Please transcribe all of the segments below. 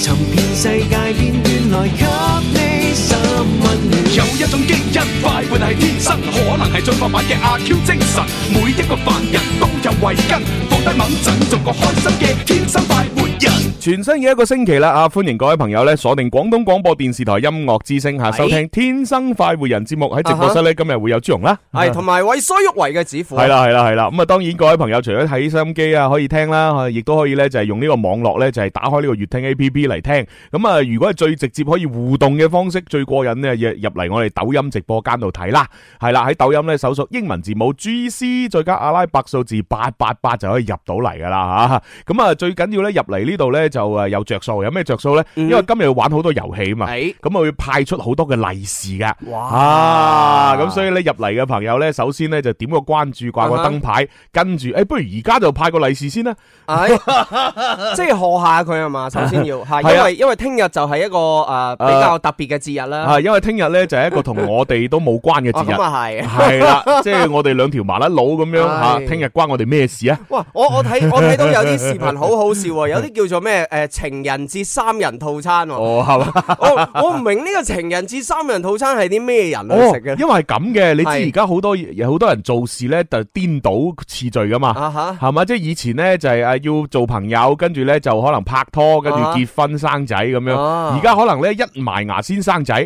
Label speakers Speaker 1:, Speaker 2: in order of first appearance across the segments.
Speaker 1: 尋遍世界邊緣來給你心温暖。
Speaker 2: 有一種基因快活係天生，可能係進化版嘅阿 Q 精神。每一個凡人都有慧根，放低猛陣，做個開心嘅天生快活人。
Speaker 3: 全新嘅一個星期啦，啊，歡迎各位朋友咧鎖定廣東廣播電視台音樂之聲吓，收聽《天生快活人》節目。喺直播
Speaker 2: 啊
Speaker 3: 室咧，今日會有朱容啦，
Speaker 4: 系同埋為所欲為嘅指父，
Speaker 3: 係，啦係啦係啦。咁啊，當然各位朋友除咗睇收音機啊，可以聽啦，啊亦都可以咧就係用呢個網絡咧就係打開呢個粵聽 A P P 嚟聽。咁啊，如果係最直接可以互動嘅方式，最過癮呢，入入嚟我哋抖音直播間度睇啦。係啦，喺抖音咧搜索英文字母 G C 再加阿拉伯數字八八八就可以入到嚟噶啦吓。咁啊，最緊要咧入嚟呢度咧就誒有着數，有咩着數咧？因為今日要玩好多遊戲啊嘛，
Speaker 4: 係
Speaker 3: 咁啊會派出好多嘅利是噶。
Speaker 4: 哇
Speaker 3: 啊，咁所以咧入嚟嘅朋友咧，首先咧就點個關注，掛個
Speaker 4: 啊哈
Speaker 3: 燈牌，跟住誒，不如而家就派個利是先啦。
Speaker 4: 係即係賀下佢係啊嘛，首先要吓，
Speaker 3: 係啊
Speaker 4: 因為因為聽日就係一個诶比較特別嘅節日啦，
Speaker 3: 啊，因為聽日咧就係一個同我哋都冇關嘅
Speaker 4: 啊
Speaker 3: 節
Speaker 4: 咁
Speaker 3: 日。
Speaker 4: 啊係。
Speaker 3: 係啦，即係我哋兩條麻甩佬咁樣吓，
Speaker 4: 係
Speaker 3: 聽日關我哋咩事啊？
Speaker 4: 哇！我我睇我睇到有啲視頻好好笑喎，有啲叫做咩诶情人節三人套餐喎，
Speaker 3: 哦，係嘛？
Speaker 4: 我我唔明呢個情人節三人套餐係啲咩人去
Speaker 3: 哦
Speaker 4: 食，嘅
Speaker 3: 因為係咁嘅，你知
Speaker 4: 係
Speaker 3: 而家好多好多人做事咧就顛倒次序噶嘛。
Speaker 4: 啊吓？
Speaker 3: 係嘛？即係以前咧就係啊要做朋友，跟住咧就可能拍拖，跟住
Speaker 4: 啊
Speaker 3: 結婚生仔咁樣。
Speaker 4: 啊
Speaker 3: 而家可能咧一埋牙先生仔，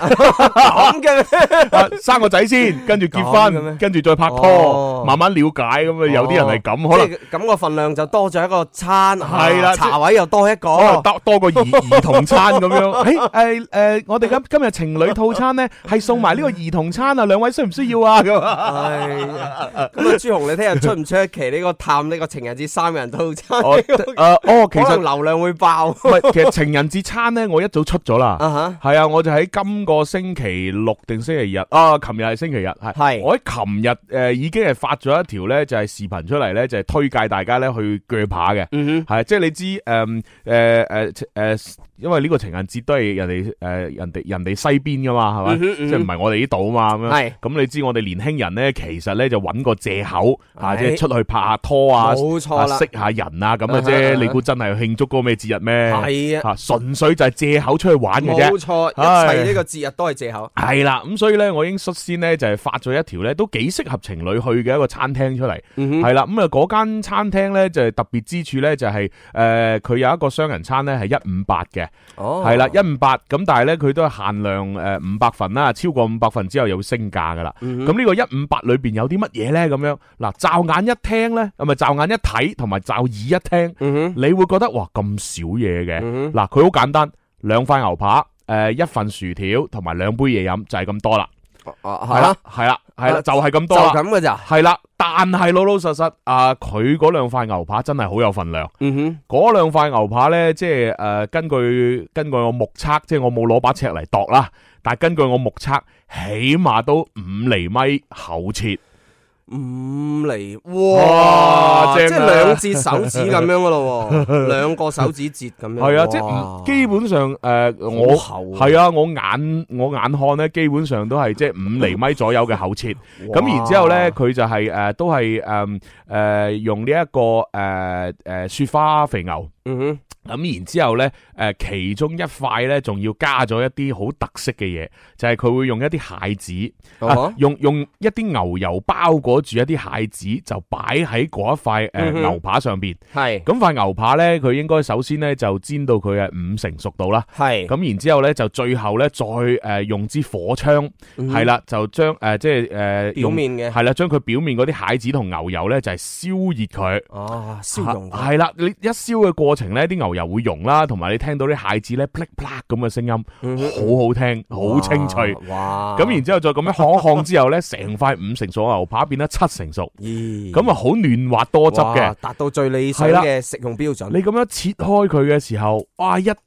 Speaker 4: 咁嘅咩
Speaker 3: 啊生個仔先，跟住結
Speaker 4: 哦咁嘅
Speaker 3: 婚，
Speaker 4: 咩
Speaker 3: 跟住再拍拖，
Speaker 4: 哦
Speaker 3: 慢慢了解咁啊。有啲人係 咁，可能
Speaker 4: 即係咁個份量就多咗一個餐，
Speaker 3: 係哦啦
Speaker 4: 啊茶位又多一個，
Speaker 3: 可能多多個 兒兒童餐咁樣。誒誒誒，我哋今今日情侶套餐咧係送埋呢個兒童餐啊，兩位需唔需要啊？咁 啊。
Speaker 4: 唉，咁啊，朱紅，你聽日出唔出一期呢個探呢個情人節三人套 餐？
Speaker 3: 哦，誒哦，其
Speaker 4: 可能
Speaker 3: 實
Speaker 4: 流量會爆
Speaker 3: 唔係，其實情人節餐咧，我一早出咗啦。
Speaker 4: 啊
Speaker 3: 系啊，我就喺今個星期六定星期日啊，琴日係星期日，係
Speaker 4: 係
Speaker 3: 我喺琴日诶已經係發咗一條咧就係視頻出嚟咧，就係推介大家咧去鋸扒嘅，
Speaker 4: 嗯
Speaker 3: 係即係你知诶诶诶诶，誒因為呢個情人節都係人哋诶人哋人哋西邊噶嘛，係咪？
Speaker 4: 嗯哼嗯哼
Speaker 3: 即係唔係我哋呢度啊嘛咁樣
Speaker 4: 係。
Speaker 3: 咁你知我哋年輕人咧，其實咧就揾個借口啊，
Speaker 4: 係
Speaker 3: 即係出去拍下拖
Speaker 4: 哼，
Speaker 3: 啊。
Speaker 4: 冇
Speaker 3: 啊
Speaker 4: 錯啦
Speaker 3: 識，下人啊咁嘅
Speaker 4: 啊哈啊
Speaker 3: 啫，
Speaker 4: 哈
Speaker 3: 你估真係慶祝嗰個咩節日咩？
Speaker 4: 係啊，
Speaker 3: 吓，纯粹就係借口出去玩嘅
Speaker 4: 冇
Speaker 3: 啫。
Speaker 4: 錯，
Speaker 3: 唉
Speaker 4: 一切呢個節日都係借口。
Speaker 3: 係啦，咁所以咧，我已經率先咧就係發咗一條咧都幾適合情侶去嘅一個餐廳出嚟，
Speaker 4: 嗯
Speaker 3: 係啦，咁啊嗰間餐廳咧就係特別之處咧就係诶佢有一個雙人餐咧係一五八嘅，
Speaker 4: 哦
Speaker 3: 係啦一五八，咁但係咧佢都係限量诶五百份啦，超過五百份之後又會升價噶啦。
Speaker 4: 嗯
Speaker 3: 咁
Speaker 4: 哼
Speaker 3: 呢個一五八裏边有啲乜嘢咧？咁樣嗱，驟眼一聽咧，唔咪驟眼一睇，同埋驟耳一聽，
Speaker 4: 嗯哼，
Speaker 3: 你會覺得哇咁少嘢嘅。
Speaker 4: 嗯哼，
Speaker 3: 嗱，佢好簡單，兩塊牛扒，诶、一份薯條同埋兩杯嘢飲，就係咁多啦。
Speaker 4: 哦
Speaker 3: 係
Speaker 4: 係啦，，
Speaker 3: 係啦，係啦，
Speaker 4: 啊
Speaker 3: 就係咁
Speaker 4: 就
Speaker 3: 多啦。
Speaker 4: 咁嘅咋？
Speaker 3: 係啦，但係老老實實啊，佢嗰兩塊牛扒真係好有份量。
Speaker 4: 嗯
Speaker 3: 嗰兩塊牛扒呢，即係诶、呃根據根據我目測，即係我冇攞把尺嚟度啦，但係根據我目測，起碼都五厘米厚切。
Speaker 4: 哼，五厘，
Speaker 3: 哇
Speaker 4: 哇，即
Speaker 3: 正啊
Speaker 4: 係兩節手指咁樣 嘅咯喎，兩個手指節咁樣。
Speaker 3: 係啊，即係
Speaker 4: 哇
Speaker 3: 唔基本上诶、呃我。
Speaker 4: 好厚啊
Speaker 3: 係啊，我眼我眼看咧，基本上都係即係五厘米左右嘅厚切。咁
Speaker 4: 哇
Speaker 3: 然之後咧，佢就係呃都係誒誒用呢、一個誒誒雪花肥牛。
Speaker 4: 嗯哼。
Speaker 3: 咁然之後咧，誒、其中一塊咧，仲要加咗一啲好特色嘅嘢，就係、佢會用一啲蟹子，
Speaker 4: 啊
Speaker 3: 啊
Speaker 4: 哈
Speaker 3: 用用一啲牛油包裹住一啲蟹子，就擺喺嗰一塊誒、
Speaker 4: 嗯哼
Speaker 3: 牛扒上邊。
Speaker 4: 係
Speaker 3: 咁塊牛扒咧，佢應該首先咧就煎到佢係五成熟度啦。
Speaker 4: 係
Speaker 3: 咁然之後咧，就最後咧再誒、呃用支火槍。
Speaker 4: 咁
Speaker 3: 系啦，就將诶、呃即係诶
Speaker 4: 嗯表面嘅
Speaker 3: 系啦，將佢表面嗰啲蟹子同牛油咧就係燒熱佢。
Speaker 4: 啊，燒融
Speaker 3: 系啦，你一燒嘅過程咧，啲牛油會溶啦，同埋你聽到啲蟹子咧噼啪咁嘅聲音，好好聽，好清脆。
Speaker 4: 哇！
Speaker 3: 咁然之後再咁樣烘一烘之後咧，成塊五成熟嘅牛扒變得七成熟，
Speaker 4: 咦
Speaker 3: 咁啊好嫩滑多汁嘅
Speaker 4: 哇。達到最理想
Speaker 3: 係啦
Speaker 4: 嘅食用標準。
Speaker 3: 你咁樣切開佢嘅時候，哇！一啖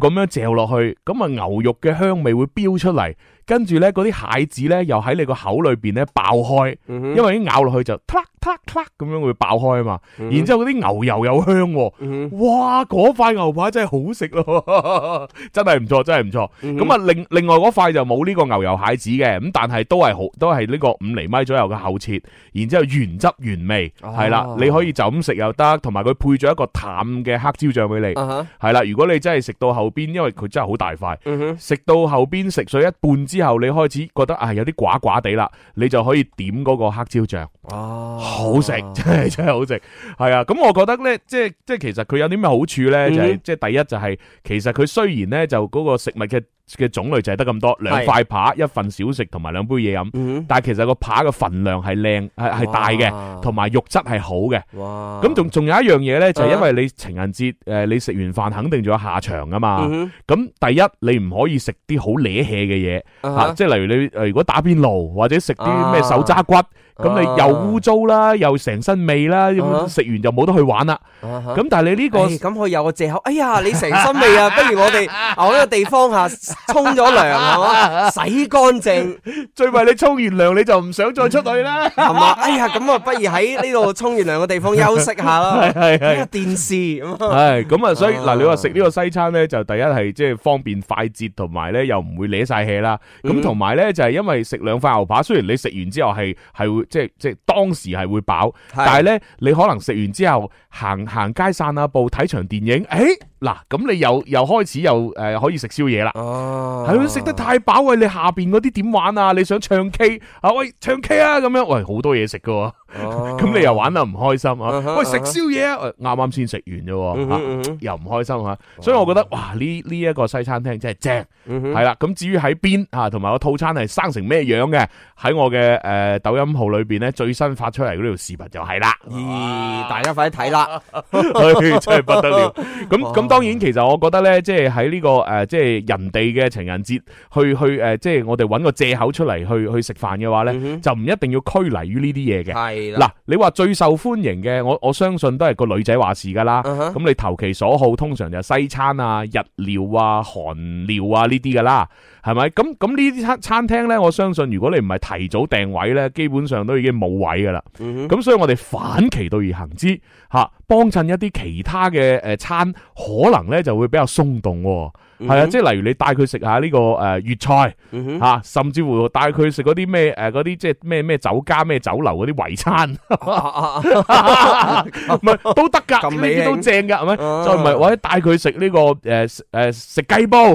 Speaker 3: 咁樣嚼落去，咁啊牛肉嘅香味會飆出嚟，跟住咧嗰啲蟹子咧又喺你個口裏邊咧爆開，
Speaker 4: 嗯
Speaker 3: 因為一咬落去就嗒嗒嗒咁樣會爆開啊嘛。然之後嗰啲牛油又香喎，哇！嗰塊牛扒真係好食咯， 真係唔錯，真係唔錯。咁啊，另另外嗰塊就冇呢個牛油蟹子嘅，咁但係都係好，都係呢個五厘米左右嘅厚切，然之後原汁原味，係啦，你可以就咁食又得，同埋佢配咗一個淡嘅黑椒醬俾你。
Speaker 4: 啊哈，
Speaker 3: 系啦，如果你真係食到後邊，因為佢真係好大塊，食、到後邊食水一半之後，你開始覺得啊有啲寡寡地啦，你就可以點嗰個黑椒醬，
Speaker 4: 哦，
Speaker 3: 好食， 真係真係好食，係啊，咁我覺得呢，即係即係其實佢有啲咩好處呢？就係、
Speaker 4: 嗯
Speaker 3: 即係第一就係、其實佢雖然呢，就嗰個食物嘅嘅種類就係得咁多，兩塊扒、一份小食同埋兩杯嘢飲，
Speaker 4: 嗯
Speaker 3: 但係其實個扒嘅份量係靚係係大
Speaker 4: 哇
Speaker 3: 嘅，同埋肉質係好嘅。
Speaker 4: 哼，哇，
Speaker 3: 咁仲仲有一樣嘢咧，就係
Speaker 4: 啊
Speaker 3: 因為你情人節誒，你食完飯肯定仲有下場噶嘛。
Speaker 4: 嗯
Speaker 3: 咁第一，你唔可以食啲好瀨氣嘅嘢
Speaker 4: 哼，啊
Speaker 3: 嚇，
Speaker 4: 哈
Speaker 3: 即係例如你呃誒如果打邊爐或者食啲咩
Speaker 4: 啊
Speaker 3: 手揸骨，咁你又污糟啦，又成身味啦，
Speaker 4: 啊
Speaker 3: 咁食完就冇得去玩啦。
Speaker 4: 啊哈
Speaker 3: 咁但係你呢個
Speaker 4: 唉咁可以有個藉口。哎呀，你成身 味啊，不如我哋喺個地方下沖咗涼係嘛，洗乾淨
Speaker 3: 最為你沖完涼你就唔想再出去啦。
Speaker 4: 係嘛？哎呀，咁啊，不如喺呢度沖完涼嘅地方休息下啦，
Speaker 3: 係係係
Speaker 4: 睇 下電視咁啊。
Speaker 3: 唉，咁啊，所以
Speaker 4: 啊
Speaker 3: 嗱，你話食呢個西餐咧，就第一係即係方便快捷，同埋咧又唔會舐晒氣啦。咁同埋咧就係因為食兩塊牛扒，雖然你食完之後係係會即係即係當時係會飽，但係咧你可能食完之後行行街散下步，睇場電影，誒嗱，咁你又又開始又誒可以食宵夜啦。
Speaker 4: 哦
Speaker 3: 係咯，食得太飽喂，你下邊嗰啲點玩啊？你想唱 K 啊？喂，唱 K 啊咁樣，喂，好多嘢食噶喎。
Speaker 4: Ờ.
Speaker 3: 咁你又玩得唔開心
Speaker 4: 嗯哼
Speaker 3: 啊？喂，食宵夜啊，誒啱啱先食完啫喎，嚇
Speaker 4: 嗯哼
Speaker 3: 又唔開心嚇，所以我覺得哇，呢呢一個西餐廳真係正，係啦。咁至於喺邊啊，同埋個套餐係生成咩樣嘅，喺我嘅誒抖音號裏邊咧最新發出嚟嗰條視頻就係啦。
Speaker 4: 咦，大家快啲睇啦！
Speaker 3: 唉真係不得了。咁
Speaker 4: 哇
Speaker 3: 咁當然，其實我覺得咧，即係喺呢個诶，呃即係人哋嘅情人節，去去诶，呃即係我哋揾個借口出嚟去去食飯嘅話咧，
Speaker 4: Ừ.
Speaker 3: 就唔一定要拘泥於呢啲嘢嘅。
Speaker 4: 嗯係
Speaker 3: 嗱，你話最受歡迎嘅，我我相信都係個女仔話事噶啦。
Speaker 4: 嗯哼
Speaker 3: 咁你投其所好，通常就西餐啊、日料啊、韓料啊呢啲噶啦，係咪？咁咁呢啲餐餐廳呢，我相信如果你唔係提早訂位呢，基本上都已經冇位噶啦。
Speaker 4: Ừ. 嗯
Speaker 3: 咁、所以我哋反其道而行之，吓幫襯一啲其他嘅誒餐，可能呢就會比較鬆動喎、
Speaker 4: Ừ. 嗯
Speaker 3: 係啊，即係例如你帶佢食下呢個誒粵菜 嚇、甚至乎帶佢食嗰啲咩誒嗰啲即係咩咩酒家咩酒樓嗰啲圍 餐，
Speaker 4: Ờ,
Speaker 3: 唔係都得㗎，
Speaker 4: 咁
Speaker 3: 呢
Speaker 4: 美
Speaker 3: 啲都
Speaker 4: 興
Speaker 3: 正㗎，係咪？
Speaker 4: 啊
Speaker 3: 再唔係或者帶佢食呢個誒誒食雞煲，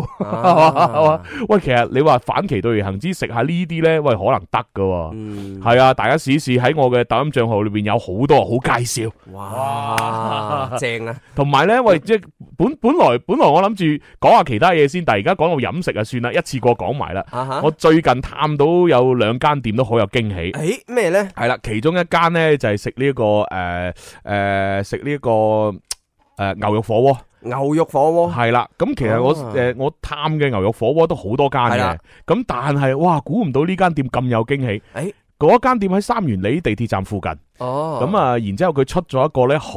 Speaker 4: 啊 ờ.
Speaker 3: 係嘛喂，其實你話反其道而行之食下呢啲咧，喂可能得㗎喎。
Speaker 4: 嗯，
Speaker 3: 係啊，大家試試喺我嘅抖音帳號裏邊有好多好介紹，
Speaker 4: 哇，正啊！
Speaker 3: 同埋咧，喂，即係本本來本來我諗住講下其他嘢先，但係而家講到飲食啊，算啦，一次過講埋啦。
Speaker 4: 啊哈
Speaker 3: 我最近探到有兩間店都好有驚喜。
Speaker 4: 誒咩咧？
Speaker 3: 系啦，其中一間咧就係食呢個诶诶食呢個诶牛肉火鍋，
Speaker 4: 牛肉火鍋。
Speaker 3: 係啦。咁其實
Speaker 4: 哦
Speaker 3: 我诶我探嘅牛肉火鍋都好多間
Speaker 4: 係啦
Speaker 3: 嘅，咁但係哇，估唔到呢間店咁有驚喜。
Speaker 4: 誒
Speaker 3: 嗰間店喺三元里地鐵站附近，
Speaker 4: 哦，
Speaker 3: 咁啊，然之後佢出咗一個咧好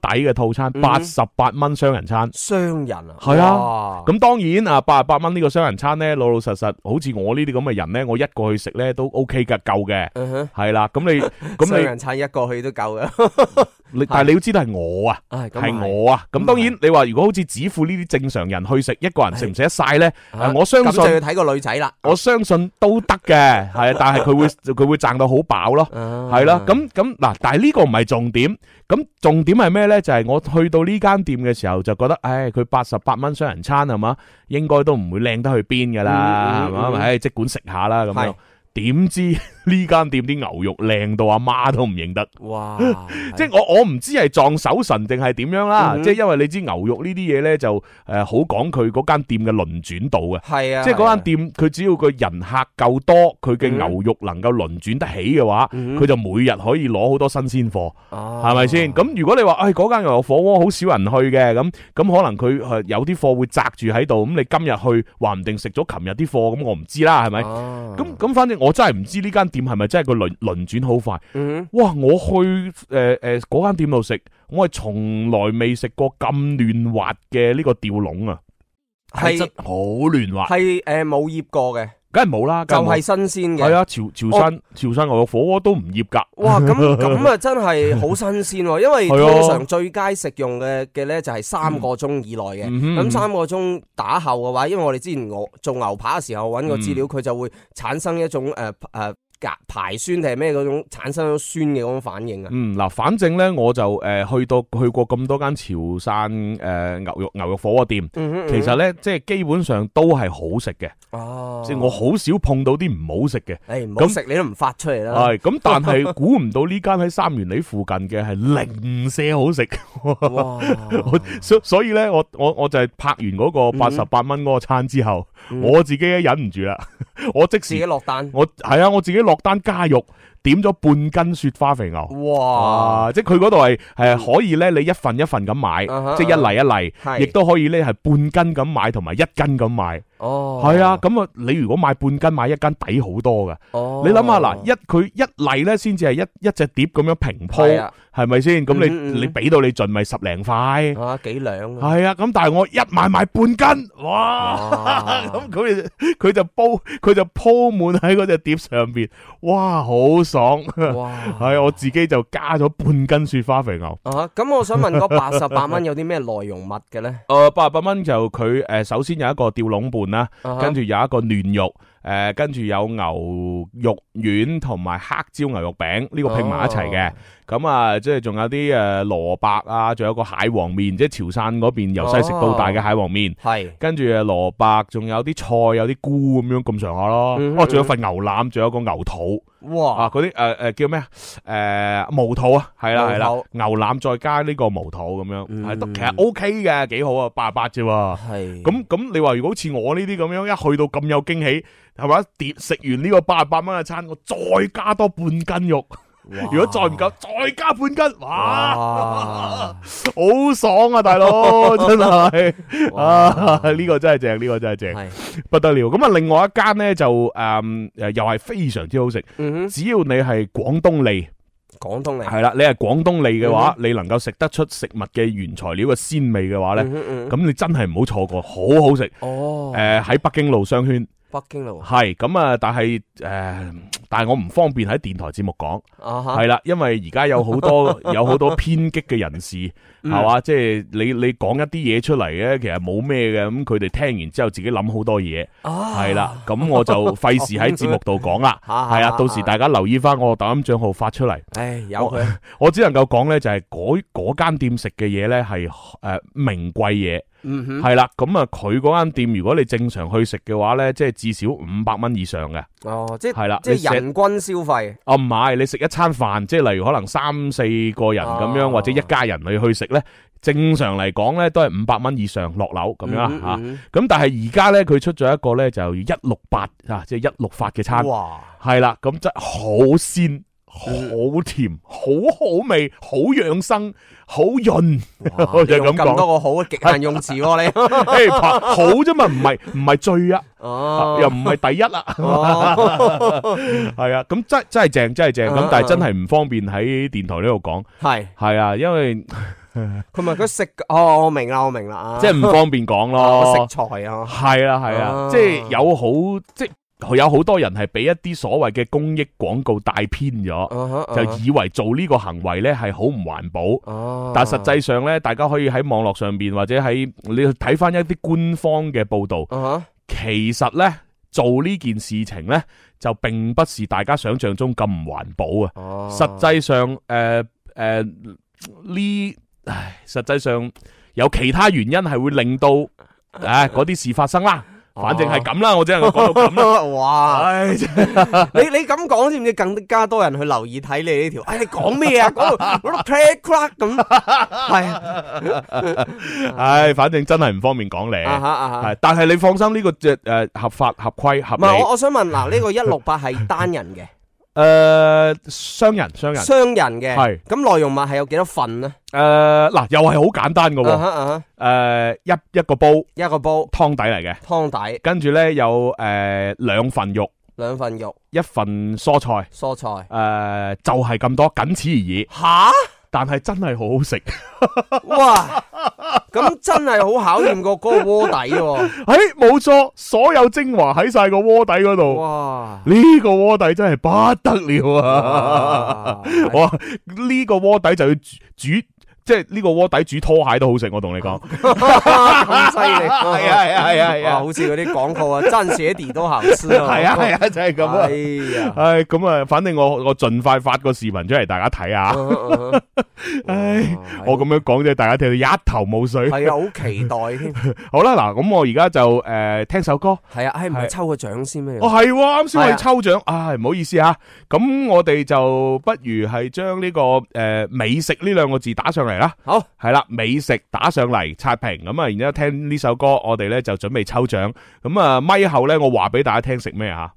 Speaker 3: 抵嘅套餐，
Speaker 4: 嗯
Speaker 3: 八十八蚊雙人餐。
Speaker 4: 商人啊，
Speaker 3: 係
Speaker 4: 啊
Speaker 3: 咁當然啊，八十八蚊呢個雙人餐咧，老老實實，好似我呢啲咁嘅人咧，我一個去食咧都 OK 㗎，夠嘅，
Speaker 4: 嗯哼
Speaker 3: 係啦。咁 你
Speaker 4: 商
Speaker 3: 咁
Speaker 4: 人撐一個去都夠嘅，
Speaker 3: 你你，但係你要知道係我啊。
Speaker 4: 唉咁
Speaker 3: 系
Speaker 4: 係
Speaker 3: 我啊，咁當然你話如果好似指父呢啲正常人去食，一個人食唔食得晒呢？
Speaker 4: 啊
Speaker 3: 誒我相
Speaker 4: 咁
Speaker 3: 信
Speaker 4: 就要睇個女仔啦，
Speaker 3: 我相信都得嘅，係啊，但係佢會佢會賺到好飽咯，
Speaker 4: À.
Speaker 3: 係
Speaker 4: 啊
Speaker 3: 啦，咁咁嗱，但係呢個唔係重點，咁重點係咩呢？就係我去到呢間店嘅時候就覺得，唉，佢八十八蚊雙人餐係嘛，應該都唔會靚得去邊噶啦，
Speaker 4: 嗯嗯
Speaker 3: 係
Speaker 4: 嗯
Speaker 3: 嘛，
Speaker 4: 嗯
Speaker 3: 唉，即管食下啦咁
Speaker 4: 係
Speaker 3: 樣。點知 呢間店啲牛肉靚到阿媽都唔認得。
Speaker 4: 哇，
Speaker 3: 即係我我唔知係撞手神定係點樣啦，
Speaker 4: 嗯哼
Speaker 3: 即係因為你知牛肉呢啲嘢咧就诶好講佢嗰間店嘅輪轉度嘅。
Speaker 4: 係啊，
Speaker 3: 即係嗰間
Speaker 4: 店
Speaker 3: 店，佢只要個人客夠多，佢嘅
Speaker 4: 嗯
Speaker 3: 牛肉能夠輪轉得起嘅話，
Speaker 4: 嗯哦
Speaker 3: 佢就每日可以攞好多新鮮貨，係
Speaker 4: 係
Speaker 3: 咪先？咁如果你話，唉，嗰間牛肉火鍋好少人去嘅，咁咁可能佢呃有啲貨會擲住喺度，咁你今日去，話唔定食咗琴日啲貨，咁我唔知啦，係咪？
Speaker 4: 哦 Ờ.
Speaker 3: 咁咁，反正我真係唔知呢間店係咪真係個輪輪轉好快。
Speaker 4: 嗯
Speaker 3: 哇！我去誒誒嗰間店度食，我係從來未食過咁嫩滑嘅呢個吊籠啊，
Speaker 4: 係
Speaker 3: 真好嫩滑，
Speaker 4: 呃係誒冇醃過嘅，
Speaker 3: 梗係冇啦，
Speaker 4: 就
Speaker 3: 啊梗係
Speaker 4: 係
Speaker 3: 冇
Speaker 4: 新鮮
Speaker 3: 係
Speaker 4: 嘅。
Speaker 3: 啊，潮潮汕潮汕牛肉火鍋都唔醃㗎。
Speaker 4: 哇，咁咁啊，真係好新鮮喎！因為
Speaker 3: 係啊
Speaker 4: 通常最佳食用嘅嘅咧就係三個鐘以內嘅，
Speaker 3: 嗯哼嗯哼
Speaker 4: 咁三個鐘打後嘅話，因為我哋之前我做牛扒嘅時候揾個資
Speaker 3: 嗯
Speaker 4: 料，佢就會產生一種誒誒排酸定係咩嗰種產生咗酸嘅嗰種反應啊！
Speaker 3: 嗯，嗱，反正咧我就诶去到去過咁多間潮汕诶牛肉牛肉火鍋店，
Speaker 4: 嗯哼
Speaker 3: 其實咧即係基本上都係好食嘅，
Speaker 4: 哦，
Speaker 3: 即係我好少碰到啲唔好食嘅。
Speaker 4: 誒唔好
Speaker 3: 咁
Speaker 4: 食你都唔發出嚟啦，
Speaker 3: 系咁，但係 估唔到呢間喺三元里附近嘅係零舍好食，
Speaker 4: 哇！
Speaker 3: 我 所所以咧，我我我就係拍完嗰個八十八蚊嗰個餐之後，
Speaker 4: 嗯
Speaker 3: 我自己忍唔住啦， 我即
Speaker 4: 自己
Speaker 3: 時
Speaker 4: 落 單，
Speaker 3: 我係啊，我自己落單加肉，點咗半斤雪花肥牛。
Speaker 4: 哇！
Speaker 3: 啊！即係佢嗰度係誒可以咧，你一份一份咁買
Speaker 4: 啊哈，
Speaker 3: 即係一嚟一嚟，
Speaker 4: 係
Speaker 3: 亦都可以咧係半斤咁買，同埋一斤咁買。
Speaker 4: 哦，
Speaker 3: 係啊，，咁啊，你如果買半斤買一斤抵好多噶。
Speaker 4: 哦，
Speaker 3: 你諗下嗱，一佢一嚟咧先至係一一隻碟咁樣平
Speaker 4: 係
Speaker 3: 鋪
Speaker 4: 啊，
Speaker 3: 係咪先？咁
Speaker 4: 嗯嗯
Speaker 3: 你
Speaker 4: 嗯
Speaker 3: 你俾到你盡咪十零 塊。
Speaker 4: 啊幾兩啊！
Speaker 3: 係啊，咁但係我一買買半斤，哇！
Speaker 4: 哇
Speaker 3: 咁佢就佢就煲佢就鋪滿喺嗰隻碟上邊，哇，好爽！
Speaker 4: 哇！
Speaker 3: 系我自己就加咗半斤雪花肥牛。
Speaker 4: 啊，咁我想問嗰八十八蚊有啲咩內容物嘅咧？
Speaker 3: 诶、哦八十八蚊就佢诶、呃首先有一個吊籠伴啦，
Speaker 4: 啊哈
Speaker 3: 跟住有一個嫩肉，诶、跟住有牛肉丸同埋黑椒牛肉餅呢、個拼埋一齊嘅。咁啊，即係仲有啲诶萝卜啊，仲有個蟹黃面，即係潮汕嗰邊由細食到大嘅蟹黃面。
Speaker 4: 係
Speaker 3: 跟住誒蘿蔔，仲有啲菜，有啲菇咁樣咁上下咯。
Speaker 4: 嗯
Speaker 3: 哦，仲有份牛腩，仲有個牛肚。啊，
Speaker 4: 哇，
Speaker 3: 嗰啲誒誒叫咩啊？誒毛肚啊，係啦係啦
Speaker 4: 毛肚，
Speaker 3: 牛腩再加呢個毛肚咁樣，
Speaker 4: 嗯
Speaker 3: 係得其實 O K 嘅，幾好啊，八八啫喎。
Speaker 4: 係
Speaker 3: 咁咁，你話如果好似我呢啲咁樣，一去到咁有驚喜，係咪？碟食完呢個八十八蚊嘅餐，我再加多半斤肉，如果再唔夠，再加半斤，哇，
Speaker 4: 哇，
Speaker 3: 好爽啊，大佬，真係啊
Speaker 4: 哇，
Speaker 3: 呢個真係正，呢個真係正，
Speaker 4: 係
Speaker 3: 不得了。咁啊，另外一間呢，就嗯誒誒，又係非常之好食，
Speaker 4: 嗯
Speaker 3: 只要你係廣東利。
Speaker 4: 哼，廣東嚟
Speaker 3: 系啦，你係廣東嚟嘅
Speaker 4: 嗯
Speaker 3: 話，你能夠食得出食物嘅原材料嘅鮮味嘅話呢，
Speaker 4: 嗯哼嗯
Speaker 3: 咁你真係唔好錯過，好好食。
Speaker 4: 哦，
Speaker 3: 诶，喺北京路商圈
Speaker 4: 北京路
Speaker 3: 係咁啊，但係诶，但係我唔方便喺電台節目講，
Speaker 4: 啊哈，
Speaker 3: 係啦，因為而家有好 多有好多偏激嘅人士，
Speaker 4: 嗯
Speaker 3: 係嘛，即係你你讲一啲嘢出嚟嘅，其實冇咩嘅，咁佢哋聽完之後自己諗好多嘢，
Speaker 4: 啊
Speaker 3: 係啦，咁我 就費事喺節目度講啦，
Speaker 4: 啊
Speaker 3: 係啊，到時大家留意翻我抖音帳號發出嚟。
Speaker 4: 唉，有佢
Speaker 3: 我只能夠講呢，就係嗰
Speaker 4: 嗯
Speaker 3: 嗰間店食嘅嘢呢係诶名貴嘢，
Speaker 4: 嗯哼
Speaker 3: 係啦、咁啊佢嗰間店如果你正常去食嘅話呢，即係至少五百蚊以上嘅，
Speaker 4: 哦，即
Speaker 3: 係啦
Speaker 4: 即
Speaker 3: 你食
Speaker 4: 係人均消費
Speaker 3: 啊唔係你食一餐飯，即係例如可能三四個人咁樣，
Speaker 4: 哦
Speaker 3: 或者一家人你去食呢，正常嚟講呢都係五百蚊以上落樓咁樣啦
Speaker 4: 嗯
Speaker 3: 吓。
Speaker 4: 嗯
Speaker 3: 咁、但係而家呢，佢出咗一個呢，就一六八啊，即係一六八嘅
Speaker 4: 嗯
Speaker 3: 餐，
Speaker 4: 哇，
Speaker 3: 係啦，咁真係好鮮。好甜，好好味，好養生，好 潤。
Speaker 4: 哇
Speaker 3: 我就
Speaker 4: 你用
Speaker 3: 咁講
Speaker 4: 咁多個好極限用詞 喎你，
Speaker 3: 诶，拍好啫嘛，唔係唔系最啊，
Speaker 4: 哦，
Speaker 3: 又唔係第一 啦，
Speaker 4: 哦
Speaker 3: 係啊，咁真真系正，真係正，咁
Speaker 4: 啊
Speaker 3: 但係真係唔方便喺電台呢度講，
Speaker 4: 係，
Speaker 3: 係啊，因為
Speaker 4: 佢咪佢食哦，我明啦，我明啦，啊
Speaker 3: 即係唔方便講
Speaker 4: 我
Speaker 3: 咯
Speaker 4: 食，材啊。
Speaker 3: 係啦係啊，
Speaker 4: 啊
Speaker 3: 即係有好即係有好多人係俾一啲所謂嘅公益廣告帶偏咗，
Speaker 4: 就
Speaker 3: 就以為做呢個行為呢係好唔環保。
Speaker 4: 哦，
Speaker 3: 但實際上呢，大家可以喺網絡上邊或者喺你去睇翻一啲官方嘅報導，
Speaker 4: 啊
Speaker 3: 其實呢，做呢件事情呢，就並不是大家想象中咁唔環保啊。
Speaker 4: 哈哦，
Speaker 3: 實際上，誒誒呢，唉，實際上有其他原因係會令 到唉嗰啲事發生啦。
Speaker 4: 哦
Speaker 3: 反正係咁啦，我只能夠講 到咁啦。
Speaker 4: 哇！
Speaker 3: 唉，真係
Speaker 4: 你你咁講，知唔知更加多人去留意睇你呢條？哎，你講咩啊？講到講到 crack crack 咁，係啊
Speaker 3: 唉，反正真係唔方便講你。
Speaker 4: 啊哈啊哈
Speaker 3: 係，但係你放心，呢個只誒合法合規合
Speaker 4: 唔係我
Speaker 3: 理。
Speaker 4: 我想問嗱，呢個一六八係單人嘅，
Speaker 3: 誒，呃商人商人誒
Speaker 4: 雙人嘅，
Speaker 3: 係
Speaker 4: 咁內容物係有幾多份呢？
Speaker 3: 呃嗱，又係好簡單嘅
Speaker 4: 啊
Speaker 3: 喎。
Speaker 4: 哈啊哈
Speaker 3: 誒一一個煲
Speaker 4: 一個煲
Speaker 3: 湯底嚟嘅。
Speaker 4: 湯底
Speaker 3: 跟住呢，有诶两、兩份肉，
Speaker 4: 兩份肉
Speaker 3: 一份蔬菜，呃
Speaker 4: 蔬菜
Speaker 3: 诶、就係咁多，僅此而已。
Speaker 4: 吓
Speaker 3: 但係真係好好食。
Speaker 4: 哇！咁真係好考驗個嗰個鍋底喎，
Speaker 3: 诶，哎冇錯，所有精華喺晒個鍋底嗰度。
Speaker 4: 哇！
Speaker 3: 呢個鍋底真係不得了啊！
Speaker 4: 哇
Speaker 3: 哇，呢個鍋底就要煮煮，即係呢個鍋底煮拖鞋都好食。我同你講，
Speaker 4: 咁哦犀 利，
Speaker 3: 係啊係啊係啊係啊
Speaker 4: 哇好似嗰啲廣 告啊，真寫地都好吃啊，
Speaker 3: 係啊係啊，就係咁啊
Speaker 4: 哎。呀，
Speaker 3: 唉，咁啊，反正我我尽快發個視頻出嚟，大家睇下。唉，我咁樣講啫，大家聽到一頭冇水。
Speaker 4: 系啊，好期 待添，
Speaker 3: 好啦，嗱，咁我而家就诶听首歌。
Speaker 4: 係啊，唉，唔係抽個獎先咩？
Speaker 3: 哦，係喎，啱先我
Speaker 4: 係
Speaker 3: 哋
Speaker 4: 啊
Speaker 3: 抽獎，唉，唔好意思吓，咁我哋就不如係將呢個诶美食呢兩個字打上嚟啦，
Speaker 4: 好，
Speaker 3: 係啦，美食打上嚟刷屏，咁啊，然之后听呢首歌，我哋咧就準備抽獎，咁啊，咪後咧我話俾大家聽食咩啊吓，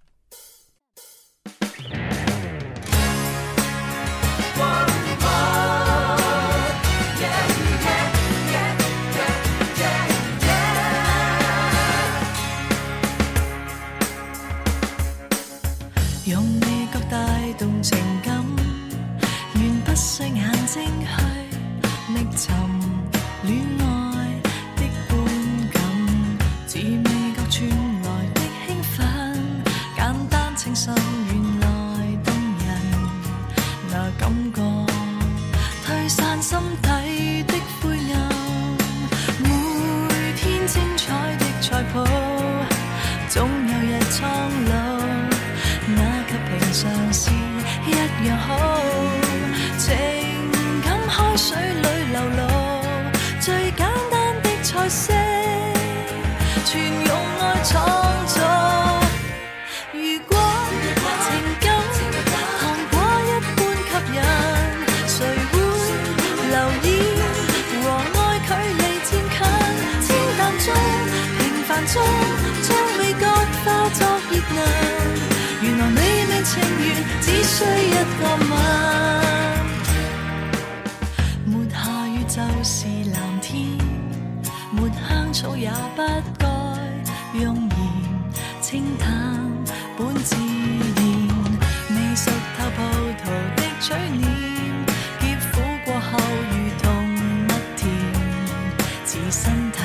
Speaker 5: 用味覺帶動情感，願不需眼睛去覓尋戀愛的觀感，自味覺傳來的興奮，簡單清秀原來動人，那感覺推散心底的灰暗。每天精彩的菜譜，總有日蒼老，那及平常事一樣好。情感開水裏流露，最簡單的菜式，全用愛創造。如果情感糖果一般吸引，誰會留意和愛距離漸近？清淡中、平凡中，將味覺化作熱能。原來美味情緣只需一個吻，沒下雨就是藍天。沒香草也不該用鹽，清淡本自然。未熟透葡萄的嘴臉，澀苦過後如同蜜甜，似身體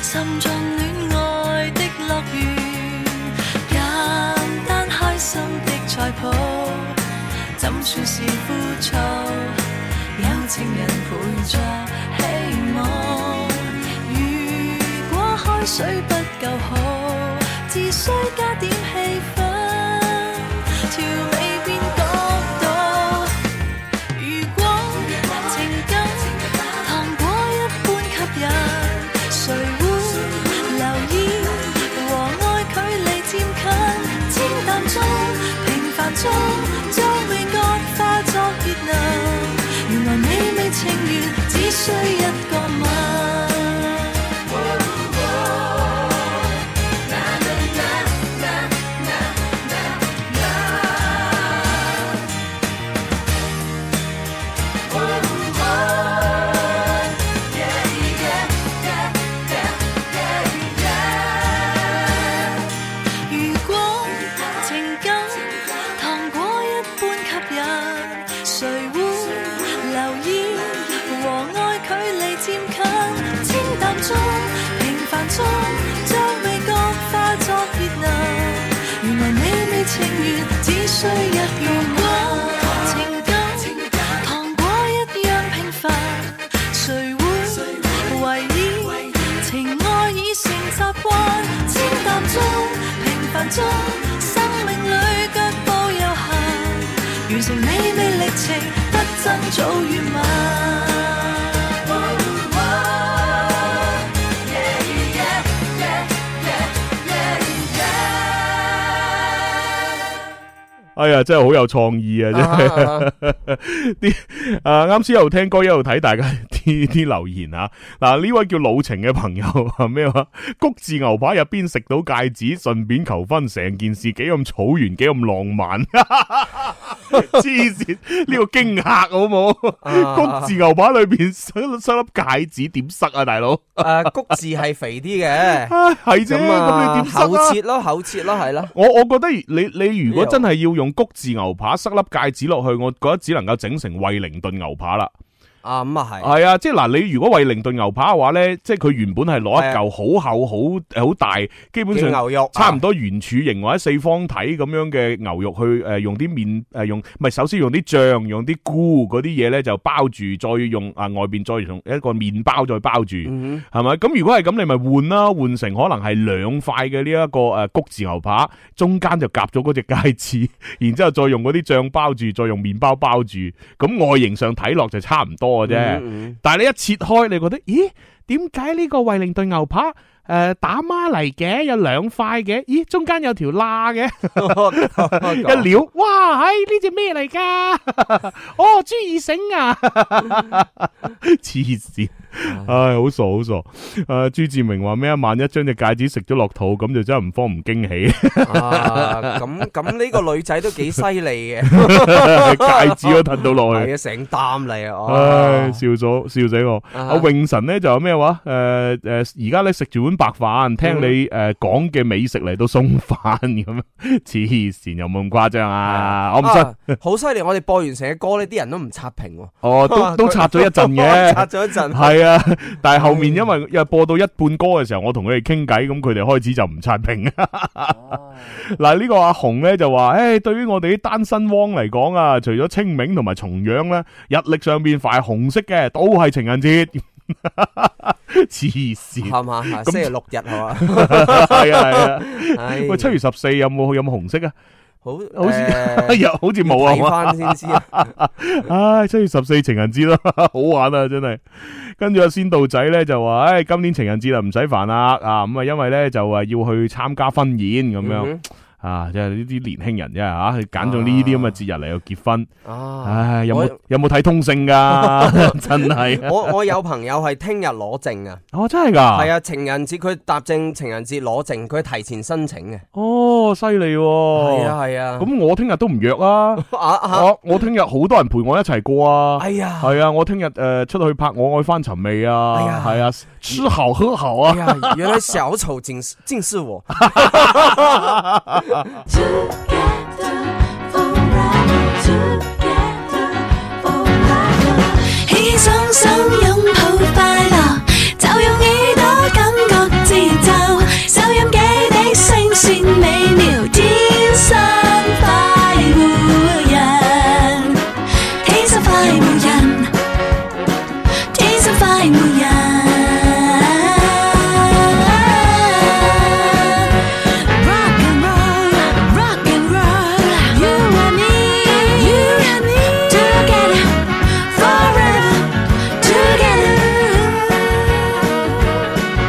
Speaker 5: 心中戀愛的樂園。簡單開心的菜譜，怎算是枯燥？有情人陪着希望。如果開水不夠好，只需加點氣氛，調味變角度。如果情感糖果一般吸引，誰會留意？和愛距離漸近，清淡中、平凡中，將味覺化作熱能。原來美味情緣只需一個吻。如果情感糖果一般吸引，誰會留意？和愛距離漸近，清淡中、平凡中，將味覺化作熱能。原來美味情緣只需一如果情感糖果一樣平凡，誰會為意？情愛已成習慣，清淡中、平凡中，生命裏腳步有限，完成美味歷程，不爭早與晚。Oh,
Speaker 3: 哎呀，真係好有創意啊，真係。 啲啊，啱先又聽歌，一路睇大家 啲啲留言啊。嗱，呢位叫老情嘅朋友 話咩話？谷字牛扒入邊食到戒指，順便求婚，成件事幾咁草原，幾咁浪漫。 黐線，呢個驚嚇好冇？
Speaker 4: 啊
Speaker 3: 曲字牛扒裏边塞塞粒戒指點塞啊，大佬？
Speaker 4: 诶，谷字係 肥啲嘅，
Speaker 3: 啊，係啫，
Speaker 4: 咁
Speaker 3: 咁
Speaker 4: 啊
Speaker 3: 你點塞
Speaker 4: 厚
Speaker 3: 啊？
Speaker 4: 切咯，厚切咯，係啦。
Speaker 3: 我我觉得你你如
Speaker 4: 啊
Speaker 3: 果真係要用谷字牛扒塞粒戒指落去，我覺得只能夠整成惠靈頓牛扒啦。
Speaker 4: 啊咁啊係，
Speaker 3: 係啊，即係嗱，你如果惠靈頓牛扒嘅話咧，即係佢原本係攞一
Speaker 4: 係
Speaker 3: 嚿好厚好好大，基本
Speaker 4: 叫
Speaker 3: 上。
Speaker 4: 牛肉
Speaker 3: 差唔
Speaker 4: 啊
Speaker 3: 多圓柱形或者四方體咁樣嘅牛肉去誒、呃用啲面誒、呃用唔係首先用啲醬用啲菇嗰啲嘢咧就包住，再用啊、外邊再用一個麵包再包住，係
Speaker 4: 嗯
Speaker 3: 咪、咁如果係咁，你咪換啦，換成可能係兩塊嘅呢一個誒、呃谷字牛扒，中間就夾咗嗰隻戒指， 然之後再用嗰啲醬包住，再用麵包包住，咁外形上睇落就差唔多嘅啫。
Speaker 4: 嗯
Speaker 3: 但系你一切開，你覺得，咦？點解呢個惠靈頓牛扒诶、呃打孖嚟嘅，有兩塊嘅，咦？中間有條罅 嘅，
Speaker 4: 嗯
Speaker 3: 一撩，哇！唉、呢只咩嚟㗎？哦，朱二繩 啊！黐線，唉，好傻好傻。诶、朱志明話咩啊？萬一將隻戒指食咗落肚，咁就真係唔慌唔驚 喜。
Speaker 4: 啊咁咁呢個女仔都幾犀利嘅，
Speaker 3: 戒指都褪到落去
Speaker 4: 係。啊，成擔嚟啊
Speaker 3: 唉，
Speaker 4: 哦，
Speaker 3: 笑咗，笑死我！
Speaker 4: 啊
Speaker 3: 阿永神咧就有咩話？诶诶，而家咧食住碗白飯，聽你诶講嘅美食嚟到送飯咁樣，黐線有冇咁誇張啊？我唔信，
Speaker 4: 信，好犀利！我哋播完成嘅歌呢啲人都唔刷屏喎，
Speaker 3: 哦， 都都插咗一陣
Speaker 4: 刷
Speaker 3: 嘅。
Speaker 4: 咗 一陣。
Speaker 3: 係啊，但係後面因為又播到一半歌嘅時候，我同佢哋傾偈，咁佢哋開始就唔刷屏。哦 嗱，呢個阿紅咧就話：，诶，對於我哋啲單身汪嚟講啊，除咗清明同埋重陽咧，日曆上边凡係紅色嘅都係情人節。 黐線，
Speaker 4: 係嘛？係星期六日係嘛？
Speaker 3: 係啊係啊，
Speaker 4: 唉
Speaker 3: 喂，七月十四有冇有冇紅色啊？
Speaker 4: 好，
Speaker 3: 好似
Speaker 4: 誒
Speaker 3: 又好似冇啊係
Speaker 4: 睇
Speaker 3: 嘛，
Speaker 4: 翻先知啊！
Speaker 3: 唉，七月十四情人節啦， 好玩啊，真係。跟住阿仙道仔咧就話：，唉，今年情人節啊，唔使煩啦，啊咁啊，因為咧就話要去參加婚宴 咁樣
Speaker 4: 嗯
Speaker 3: 啊，即係呢啲年輕人啫吓，佢揀咗呢啲咁嘅節日嚟到結婚。
Speaker 4: 哼啊，
Speaker 3: 唉，有冇
Speaker 4: 我
Speaker 3: 有冇睇通勝噶？ 真係，啊
Speaker 4: 我我有朋友係聽日攞證啊，
Speaker 3: 哦，真係噶，
Speaker 4: 係啊，情人節佢答證情人節攞證，佢提前申請嘅，
Speaker 3: 哦，犀利
Speaker 4: 係
Speaker 3: 喎。
Speaker 4: 啊係啊，
Speaker 3: 咁我聽日都唔約啊，
Speaker 4: 啊啊，
Speaker 3: 我我聽日好多人陪我一齊過啊。
Speaker 4: 哎呀，
Speaker 3: 係啊，我聽日诶出去拍我愛翻尋味啊
Speaker 4: 哎呀，
Speaker 3: 係啊，吃好喝好
Speaker 4: 哎
Speaker 3: 啊，
Speaker 4: 呀，原來小丑竟是竟 是我，
Speaker 5: 起雙手擁抱快樂，就用耳朵感覺節奏，收音機的聲線美妙，天生快活人，天生快活人，天生快活人。Rock and roll, rock and roll, you and me, you and me, together forever, together.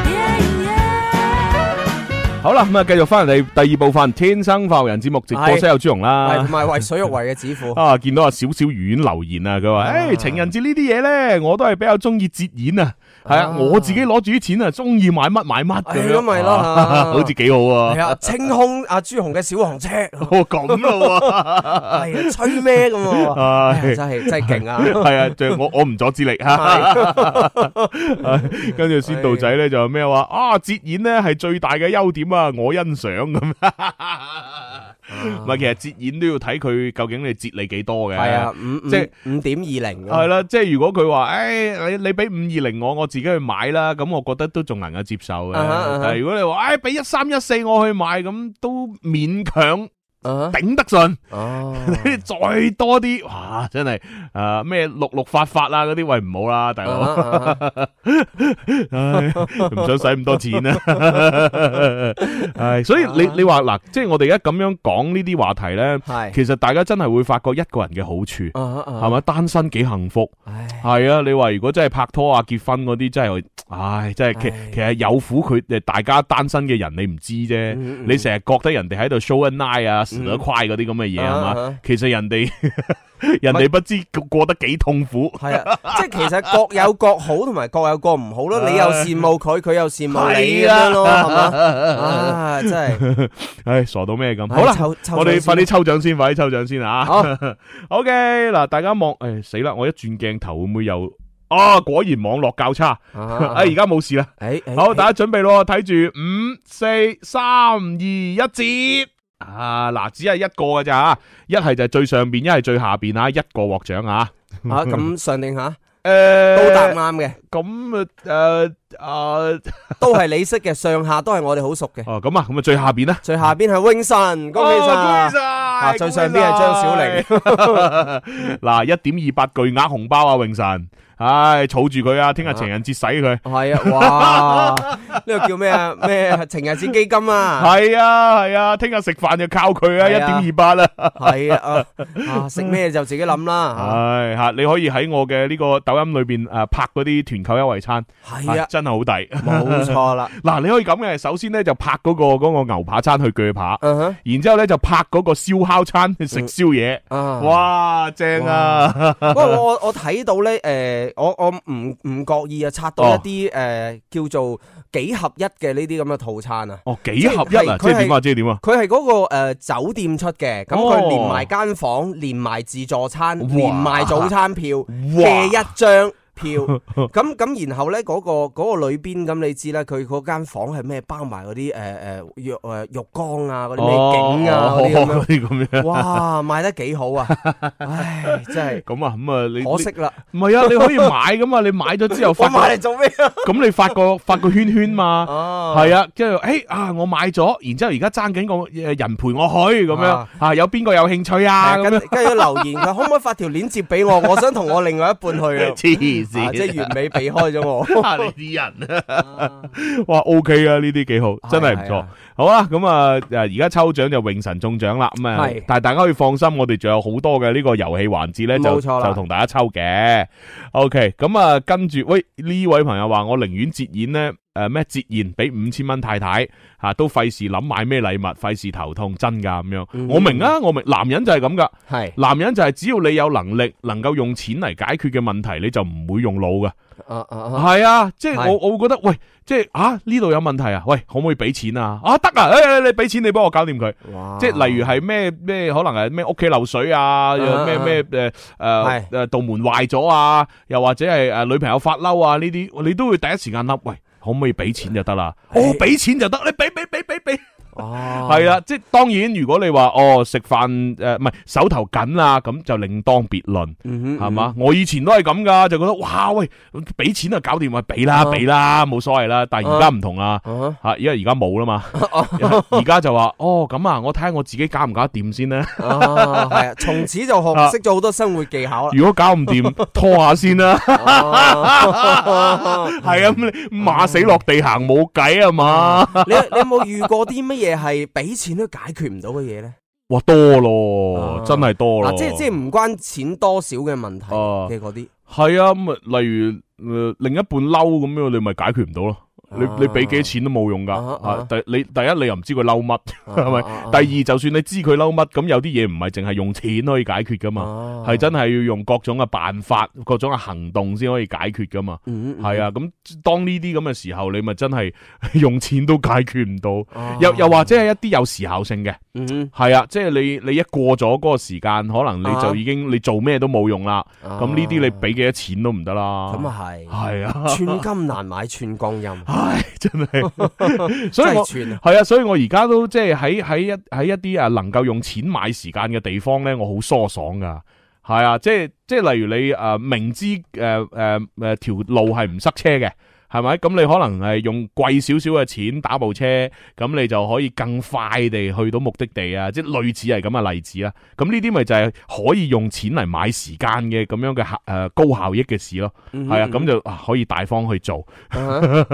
Speaker 5: Yeah, yeah.
Speaker 3: 好啦，咁啊繼續翻嚟第二部分《天生快活人》節目直播
Speaker 4: 係
Speaker 3: 室有朱紅
Speaker 4: 係啊
Speaker 3: 啦
Speaker 4: 同。埋為水玉為嘅指父，
Speaker 3: 啊！見到阿小小魚丸留言啊，佢話：，
Speaker 4: 啊
Speaker 3: 誒情人節呢啲嘢咧，我都係比較中意節演啊，係啊，
Speaker 4: 啊
Speaker 3: 我自己攞住啲錢啊，中意買乜買乜咁
Speaker 4: 係
Speaker 3: 樣，
Speaker 4: 咁咪咯
Speaker 3: 啊
Speaker 4: 嚇
Speaker 3: 好似幾好啊
Speaker 4: 係！啊，清空阿朱紅嘅小 黃車，係
Speaker 3: 哦咁咯
Speaker 4: 啊，吹咩咁
Speaker 3: 喎，
Speaker 4: 啊？哎呀
Speaker 3: 唉
Speaker 4: 真係真係勁啊！
Speaker 3: 係啊，就我我唔阻止你吓。 跟住先道仔咧就咩話啊，節演咧係最大嘅優點啊，我欣賞咁。唔係，其實節演都要睇佢究竟你節你幾多嘅。
Speaker 4: 係啊，五
Speaker 3: 即係
Speaker 4: 五五點二零
Speaker 3: 系啦，即系如果佢话，诶、你你俾五二零我，我自己去买啦，咁我觉得都仲能够接受嘅。
Speaker 4: 啊哈啊哈
Speaker 3: 但系如果你话，诶、俾一三一四我去买，咁都勉强
Speaker 4: 啊，
Speaker 3: 顶得顺。
Speaker 4: 哦，
Speaker 3: 再多啲，哇，真系诶咩六六八八啊嗰啲，喂唔好啦，大佬，
Speaker 4: 啊
Speaker 3: 唉唔想使咁多钱 啊。唉，所以
Speaker 4: 啊
Speaker 3: 你你话嗱，即系我哋而家咁样讲呢啲话题咧，
Speaker 4: 係
Speaker 3: 其实大家真系会发觉一个人嘅好处，
Speaker 4: 啊啊
Speaker 3: 系咪单身几幸福？
Speaker 4: 唉
Speaker 3: 系啊，你话如果真系拍拖啊、结婚嗰啲，真系，唉，真系其
Speaker 4: 唉
Speaker 3: 其实有苦佢诶，大家单身嘅人你唔知啫。
Speaker 4: 嗯嗯嗯
Speaker 3: 你成日覺得人哋喺度 show and lie 啊、死得快嗰啲咁嘅嘢係
Speaker 4: 啊
Speaker 3: 嘛
Speaker 4: 啊？
Speaker 3: 其實人哋 人哋不知過得幾痛苦，
Speaker 4: 系啊，即系其实各有各好，同埋各有各唔好咯。你又羨慕佢，佢又羨慕你咁
Speaker 3: 係啊
Speaker 4: 樣咯，係嘛？啊，真係
Speaker 3: 唉，傻到咩咁？好啦
Speaker 4: 唉，抽抽
Speaker 3: 我哋
Speaker 4: 獎
Speaker 3: 快啲
Speaker 4: 先
Speaker 3: 抽獎先，快啲抽獎先啊！
Speaker 4: 好
Speaker 3: OK，嗱，大家望，诶死啦！我一轉鏡頭會唔會又啊？果然網絡較差，啊而
Speaker 4: 啊！
Speaker 3: 家冇事啦。
Speaker 4: 诶，誒
Speaker 3: 好，
Speaker 4: 誒
Speaker 3: 大家準備咯，睇住五、四、三、二、一，接啊！嗱，只係一個嘅咋吓，一係就係最上边，一係最下边啊，一個獲獎啊！
Speaker 4: 啊咁上定下
Speaker 3: 诶，
Speaker 4: 都答啱嘅，
Speaker 3: 咁诶诶
Speaker 4: 都係你識嘅，上下都係我哋好熟嘅。
Speaker 3: 哦，咁啊，咁啊，最下边啦。
Speaker 4: 最下邊係 wing 神，恭喜
Speaker 3: 哦
Speaker 4: 晒！
Speaker 3: 晒！啊
Speaker 4: 最上邊係張小
Speaker 3: 玲。嗱，一點二八巨額紅包啊，永神，唉，儲住佢啊，聽日情人節使佢。
Speaker 4: 係啊，哇！呢個叫咩啊？咩情人節基金啊？
Speaker 3: 係啊，係啊，聽日食飯就靠佢啊，一
Speaker 4: 係
Speaker 3: 點
Speaker 4: 啊
Speaker 3: 二八啦。
Speaker 4: 係啊，啊食咩就自己諗啦。啊
Speaker 3: 唉吓，你可以喺我嘅呢個抖音裏边诶拍嗰啲團購優惠餐，
Speaker 4: 係
Speaker 3: 啊
Speaker 4: 啊，
Speaker 3: 真係好抵。
Speaker 4: 冇錯啦。
Speaker 3: 嗱，你可以咁嘅，首先咧就拍嗰個嗰個牛扒餐去鋸扒，
Speaker 4: 嗯哼
Speaker 3: 然之后咧就拍嗰個燒烤餐去食宵夜。
Speaker 4: 嗯啊，
Speaker 3: 哇，正啊！
Speaker 4: 不過我我我睇到咧，誒、我我唔唔覺意啊，刷
Speaker 3: 哦
Speaker 4: 到一啲誒、叫做幾合一嘅呢啲咁嘅套餐啊。
Speaker 3: 哦，幾合一啊！即
Speaker 4: 即係
Speaker 3: 係點啊？即係點啊？
Speaker 4: 佢係嗰個、呃、酒店出嘅，咁
Speaker 3: 哦
Speaker 4: 佢連埋間房、連埋自助餐、
Speaker 3: 哇
Speaker 4: 連埋早餐票嘅
Speaker 3: 哇！
Speaker 4: 一張 票，咁咁然後咧嗰、個嗰、個裏邊咁你知啦，佢嗰間房係咩包埋嗰啲誒誒浴誒浴缸啊，嗰啲咩景啊
Speaker 3: 哦
Speaker 4: 嗰啲咁樣，
Speaker 3: 嗰啲咁樣。
Speaker 4: 哇賣得幾 好啊！唉，真係
Speaker 3: 咁啊，咁啊，你
Speaker 4: 可惜啦，
Speaker 3: 你唔係啊？你可以買噶嘛？你買咗之後
Speaker 4: 我
Speaker 3: 發
Speaker 4: 買嚟
Speaker 3: 個，
Speaker 4: 做咩啊？
Speaker 3: 咁你發個發個圈圈 嘛？
Speaker 4: 哦
Speaker 3: 係啊，即係誒啊，我買咗，然之後而家爭緊個誒人陪我去咁樣
Speaker 4: 啊
Speaker 3: 啊，有邊個有興趣啊？咁
Speaker 4: 跟
Speaker 3: 樣
Speaker 4: 跟住留言佢可唔可以發條鏈接 俾我？我想同我另外一半去啊！
Speaker 3: 黐
Speaker 4: 啊即係
Speaker 3: 線。
Speaker 4: 完美避開咗我。
Speaker 3: 啊！你啲人啊， 哇，OK 啊，呢啲幾好，真係唔
Speaker 4: 係
Speaker 3: 錯
Speaker 4: 啊。
Speaker 3: 好啦，咁啊，誒而家抽獎就永神中獎啦，咁啊
Speaker 4: 係，
Speaker 3: 但係大家可以放心，我哋仲有好多嘅呢個遊戲環節咧，就
Speaker 4: 冇錯啦
Speaker 3: 就同大家抽嘅。OK，咁啊，跟住喂呢位朋友話，我寧願折現咧。誒咩折現俾五千蚊太太嚇、都費事諗買咩禮物，費事頭痛，真㗎咁樣。
Speaker 4: 嗯
Speaker 3: 我明啊，我明，男人就 係咁㗎，
Speaker 4: 係
Speaker 3: 男人就係只要你有能力，能夠用錢嚟解決嘅問題，你就唔會用腦㗎。
Speaker 4: 啊啊啊！
Speaker 3: 系啊，即系
Speaker 4: 係
Speaker 3: 我我会觉得，喂，即系啊呢度有問題啊，喂，可唔可以俾錢啊？啊得啊，诶、你俾錢你幫我搞掂佢，
Speaker 4: 哇
Speaker 3: 即系例如係咩咩，可能係咩屋企漏水啊，又
Speaker 4: 啊
Speaker 3: 咩咩诶诶
Speaker 4: 係
Speaker 3: 诶道門壞咗啊，又或者係诶女朋友發嬲啊呢啲，你都會第一時間諗，喂，可唔可以俾錢就得啦？
Speaker 4: 係
Speaker 3: 哦，俾錢就得，你俾俾俾俾俾，
Speaker 4: 哎哦，
Speaker 3: 係啦，即系当然，如果你話哦食飯诶唔係手頭緊啊，咁就另當別論。
Speaker 4: 嗯哼
Speaker 3: 系嘛？我以前都係咁噶，就覺得哇喂，俾錢啊，搞掂咪俾啦，
Speaker 4: 啊
Speaker 3: 俾啦，冇所謂啦。但係
Speaker 4: 哦
Speaker 3: 而家唔同啦，
Speaker 4: 啊
Speaker 3: 吓，因為而家冇啦 嘛。
Speaker 4: 哦
Speaker 3: 而家就話哦，咁啊，我睇下我自己搞唔搞得掂先 啦。
Speaker 4: 啊，係啊，從此就
Speaker 3: 啊
Speaker 4: 學識咗好多生活技巧啦。
Speaker 3: 如果搞唔掂，拖下先 啦。
Speaker 4: 哦
Speaker 3: 係啊，咁你馬死落地行冇計啊嘛。
Speaker 4: 你你有冇遇過啲乜嘢係俾錢都解決唔到嘅嘢咧？
Speaker 3: 哇，多咯，
Speaker 4: 啊
Speaker 3: 真係多咯
Speaker 4: 嗱，。即係即係唔關錢多少嘅問題
Speaker 3: 哦
Speaker 4: 嘅嗰啲。
Speaker 3: 係啊，咁啊，例如呃另一半嬲咁樣，你咪解決唔到咯。你
Speaker 4: 啊
Speaker 3: 你俾幾錢都冇用噶。
Speaker 4: 啊啊
Speaker 3: 啊第你第一你又唔知佢嬲乜。 係咪
Speaker 4: 啊啊啊
Speaker 3: 第二，就算你知佢嬲乜，咁有啲嘢唔係淨係用錢可以解決噶嘛，
Speaker 4: 哦
Speaker 3: 係真係要用各種嘅辦法、各種嘅行動先可以解決噶嘛。
Speaker 4: 嗯
Speaker 3: 係，啊，咁當呢啲咁嘅時候，你咪真係用錢都解決唔到。
Speaker 4: 嗯
Speaker 3: 又又或者係一啲有時效性嘅，
Speaker 4: 嗯
Speaker 3: 係啊，即係你你一過咗嗰個時間，可能你就已經你做咩都冇用啦。
Speaker 4: 啊
Speaker 3: 咁呢啲你俾幾多錢都唔得啦。
Speaker 4: 咁啊係。
Speaker 3: 係啊，
Speaker 4: 寸金難買寸光陰，
Speaker 3: 唉，真 係， 所以
Speaker 4: 真
Speaker 3: 我
Speaker 4: 係。寸啊！
Speaker 3: 系啊，所以我而家都即系喺喺一喺一啲啊能夠用錢買時間嘅地方咧，我好疏爽噶。係啊，即係即係例如你诶、呃明知诶诶诶条路係唔塞車嘅，係咪？咁你可能係用貴少少嘅錢打部車，咁你就可以更快地去到目的地啊！即係類似係咁嘅例子啦。咁呢啲咪就係可以用錢嚟買時間嘅咁 樣嘅诶、呃高效益嘅事咯。係啊，咁就啊可以大方去做。
Speaker 4: 嗯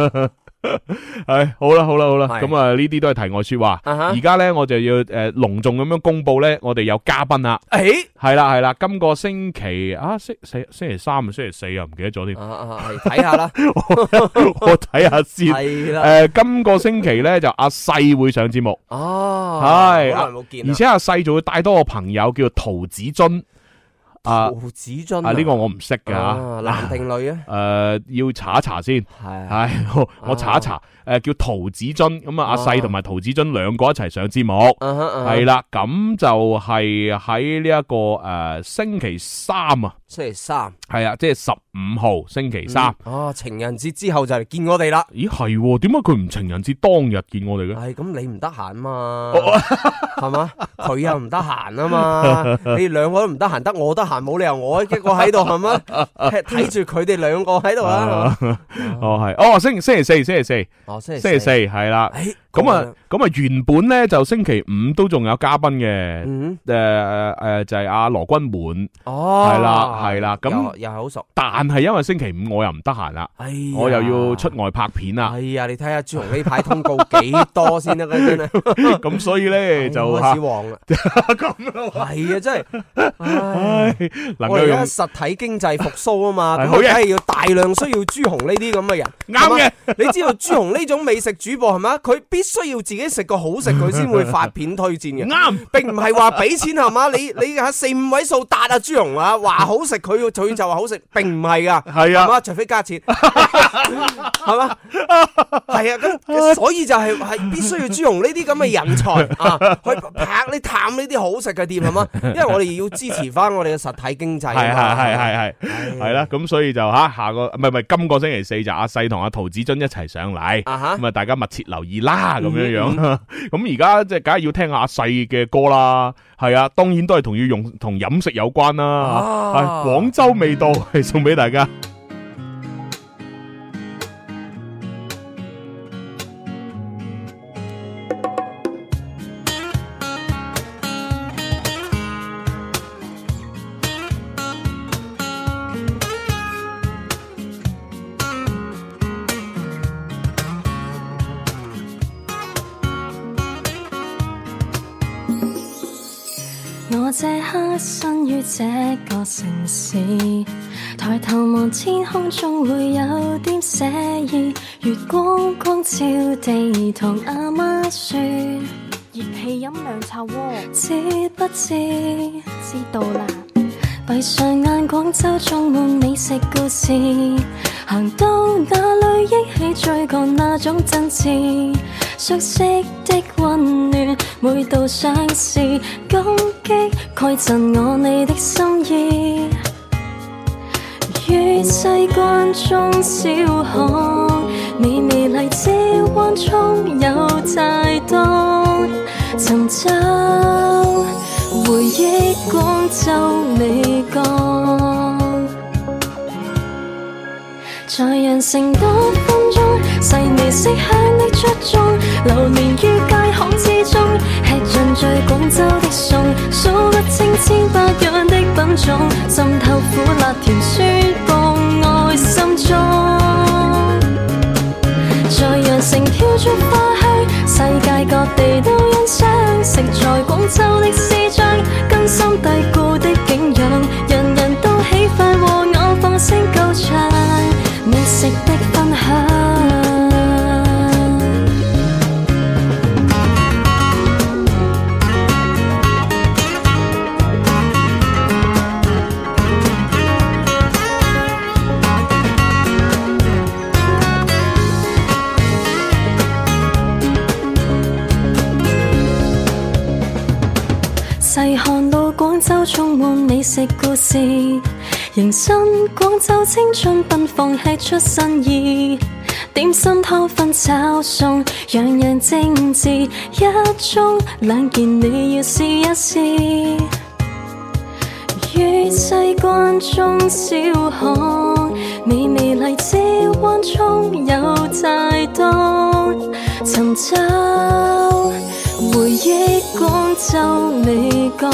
Speaker 4: 啊
Speaker 3: 系好啦，好啦，好啦，
Speaker 4: 係
Speaker 3: 咁啊呢啲都系題外说話。
Speaker 4: 啊哈
Speaker 3: 而家咧我就要诶隆重咁樣公佈咧，我哋有嘉賓啦，
Speaker 4: 诶，
Speaker 3: 係啦係啦，今個星期啊星星星期三啊，星期四啊，唔記得咗添
Speaker 4: 啊，啊，係睇下啦，
Speaker 3: 我睇下先。
Speaker 4: 係啦，
Speaker 3: 诶，今個星期咧就阿細會上節目，
Speaker 4: 哦，
Speaker 3: 係
Speaker 4: 好耐冇見啦，
Speaker 3: 而且阿細仲會帶多個朋友叫做陶子津。啊
Speaker 4: 胡子樽
Speaker 3: 啊呢個我唔識㗎吓。
Speaker 4: 啊男 定女啊，
Speaker 3: 诶，要查一查先。
Speaker 4: 係
Speaker 3: 系，我我查一查，诶叫陶子津，咁啊阿細同埋陶子津兩個一齊上節目。
Speaker 4: 啊哈啊哈
Speaker 3: 系啦，咁就係喺呢一個诶星期三啊，
Speaker 4: 星期三，
Speaker 3: 係啊，即係十五號星期三。
Speaker 4: 哦，情人節之後就嚟見我哋啦，
Speaker 3: 咦係喎，點解佢唔情人節當日見我哋嘅？
Speaker 4: 係咁你唔得閒嘛，係嘛，佢又唔得閒啊嘛，你兩個都唔得閒，得我得閒，冇理由我一個喺度 係嘛，睇睇住佢哋兩個喺度啊，
Speaker 3: 哦係，哦星星期四，星期四，
Speaker 4: 哦，星期
Speaker 3: 星期四，係啦。
Speaker 4: 誒
Speaker 3: 咁啊，咁啊，原本咧就星期五都仲有嘉賓嘅，
Speaker 4: 嗯，
Speaker 3: 诶诶诶，就係阿羅君滿，
Speaker 4: 哦，
Speaker 3: 係啦係啦，咁
Speaker 4: 又又係好熟，
Speaker 3: 但係因為星期五我又唔得閒啦，
Speaker 4: 哎，
Speaker 3: 我又要出。外拍片啦，
Speaker 4: 哎呀，你睇下朱紅呢排通告幾多先得 啦，真係
Speaker 3: 咁所以
Speaker 4: 哎
Speaker 3: 咧就
Speaker 4: 開始旺啦，
Speaker 3: 咁咯，
Speaker 4: 係啊，真係，
Speaker 3: 唉
Speaker 4: 唉
Speaker 3: 能
Speaker 4: 我
Speaker 3: 夠
Speaker 4: 哋而
Speaker 3: 用
Speaker 4: 家實體經濟復甦啊嘛，
Speaker 3: 係
Speaker 4: 咁
Speaker 3: 好
Speaker 4: 梗
Speaker 3: 嘢
Speaker 4: 係要大量需要朱紅呢啲咁嘅人，
Speaker 3: 啱
Speaker 4: 嘅。你知道朱紅呢種美食主播係咪佢必須要自己食個好食，佢先會發片推薦
Speaker 3: 嘅，
Speaker 4: 嘅。
Speaker 3: 啱
Speaker 4: 並唔係話俾錢係嘛，你你喺四五位數達啊朱紅啊，話好食佢佢就話好食，並唔係㗎。
Speaker 3: 係
Speaker 4: 係
Speaker 3: 啊，
Speaker 4: 嘛？除非加 錢，係嘛？係啊，咁所以就係係必須要朱紅呢啲咁嘅 人才啊，去拍呢探呢啲好食嘅店係嘛？因為我哋要支持翻我哋嘅實體經濟
Speaker 3: 係
Speaker 4: 啊嗯
Speaker 3: 係
Speaker 4: 嘛。
Speaker 3: 係係係
Speaker 4: 係
Speaker 3: 係啦，咁所以就吓下個唔係唔係今個星期四就阿細同阿陶子津一齊上嚟。
Speaker 4: 啊嗯哈
Speaker 3: 咁啊，大家密切留意啦，咁樣樣。 咁而家即係梗係要聽下阿細嘅歌啦，係啊，當然都係同要用同飲食有關啦。係
Speaker 4: 啊
Speaker 3: 廣州味道係送俾大家。
Speaker 5: 我這刻身於這個城市，抬頭望天空總會有點寫意。月光光照地堂，阿媽説
Speaker 6: 熱氣飲涼茶鍋，
Speaker 5: 知不知？
Speaker 6: 知道啦。
Speaker 5: 閉上眼，廣州充滿美食故事。行到哪裏憶起追趕那種真摯，熟悉的温暖，每度想試感激饋贈我你的心意。與世間中小巷，美味荔枝灣涌有太多，尋找回憶廣州美港。在人城多風中，細味色香的出眾，流連於街巷之中，吃盡最廣州的餸，數不清千百樣的品種，滲透苦辣甜酸，放愛心中。在羊城跳出花香，世界各地都欣賞。食在廣州的詩章，根深蒂固的景仰，人人都喜快和我放聲高唱，美食的分享。細看到廣州充滿美食故事，迎新廣州青春奔放，吃出新意。點心湯粉炒餸，樣樣精緻，一盅兩件你要試一試。於西關中小巷，美味荔枝灣涌有太多，尋找回憶廣州美港。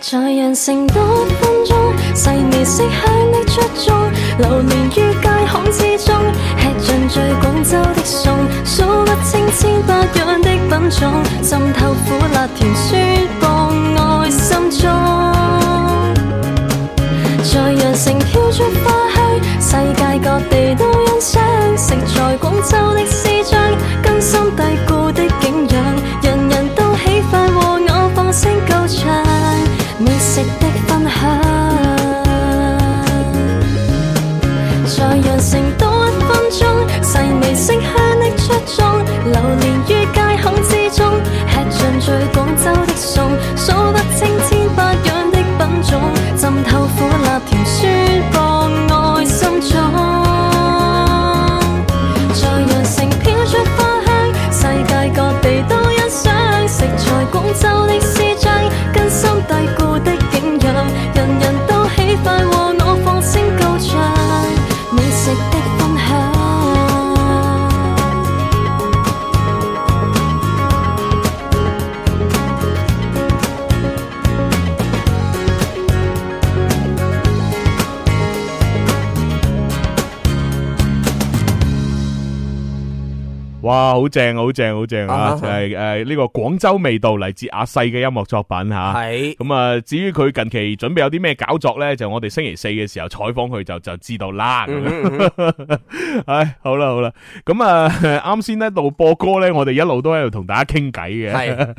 Speaker 5: 在羊城多分鐘，細味色香的出出眾，流連於街巷之中，吃盡最廣州的餸，數不清千百樣的品種，浸透苦辣甜酸放愛心中。在羊城飄出花香，世界各地都欣賞。食在廣州的詩章，根深蒂固的景仰，人人都喜快和我放聲高唱，美食的分享。在羊城多一分鐘，細膩色香的出眾，流連於街巷之中，吃盡最廣州的餸，數不清千百樣的品種，浸透苦辣甜酸放愛心中。在羊城飄出花香，世界各地都欣賞，食在廣州的詩章，根深蒂固的景仰，人人都喜快和我放聲高唱，美食的分享。
Speaker 3: 哇，好正，好正，好正啊！
Speaker 4: 啊
Speaker 3: 就
Speaker 4: 哈
Speaker 3: 系诶呢个廣州味道嚟自阿細嘅音樂作品吓。
Speaker 4: 係
Speaker 3: 咁啊，至於佢近期準備有啲咩搞作咧，就我哋星期四嘅時候採訪佢就就知道啦。咁
Speaker 4: 嗯
Speaker 3: 樣 唉，好啦好啦，咁啊，啱先咧度播歌咧，我哋一路都喺度同大家傾偈嘅。
Speaker 4: 係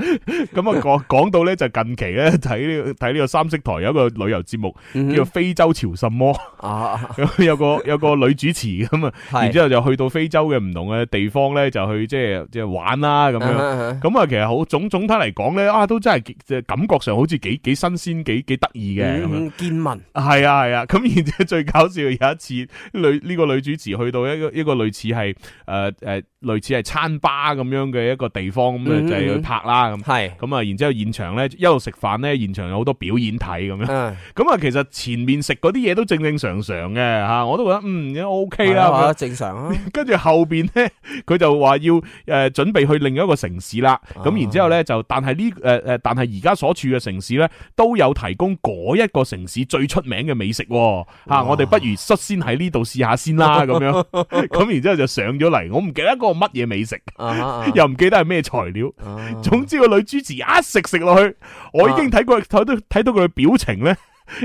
Speaker 3: 咁啊，講 講到咧就近期咧睇呢個睇呢個三色台有一個旅遊節目叫做《非洲潮什麼》。
Speaker 4: 嗯啊，
Speaker 3: 咁有個有個女主持咁啊，
Speaker 4: 係
Speaker 3: 然之後就去到非洲嘅唔同嘅地方咧，就去即係即係玩啦咁樣。
Speaker 4: 樣
Speaker 3: 咁啊，其實好總總體嚟講咧，啊都真係幾即係感覺上好似幾幾新鮮、幾幾得意嘅咁
Speaker 4: 嗯
Speaker 3: 樣。
Speaker 4: 見聞
Speaker 3: 係啊係啊，咁 然之後最搞笑有一次女呢個女主持去到一個一個類似係誒誒類似係餐吧咁樣嘅一個地方咁啊，
Speaker 4: 嗯嗯
Speaker 3: 就係去拍啦咁。
Speaker 4: 係，
Speaker 3: 咁啊，然之後現場咧一路食飯咧，現場有好多表演睇咁樣。
Speaker 4: 嗯
Speaker 3: 咁啊，其實前面食嗰啲嘢都正正常常嘅吓，啊我都覺得嗯 O K
Speaker 4: 係啊
Speaker 3: 啦。
Speaker 4: 正 常啊，
Speaker 3: 跟住後边咧， 佢就話要诶准备去另一個城市啦。咁、
Speaker 4: 啊
Speaker 3: 然之后咧就，但係呢诶诶，但係而家所處嘅城市咧，都有提供嗰一個城市最出名嘅美食喎吓、啊
Speaker 4: 哇
Speaker 3: 我哋不如率先喺呢度試下先 啦，咁樣。咁然之后就上咗嚟，我唔記得嗰個乜嘢美食，
Speaker 4: 啊啊
Speaker 3: 又唔記得係咩材料。
Speaker 4: 啊
Speaker 3: 總之個女主持一食食落去，我已經睇過睇到睇到佢嘅表情咧，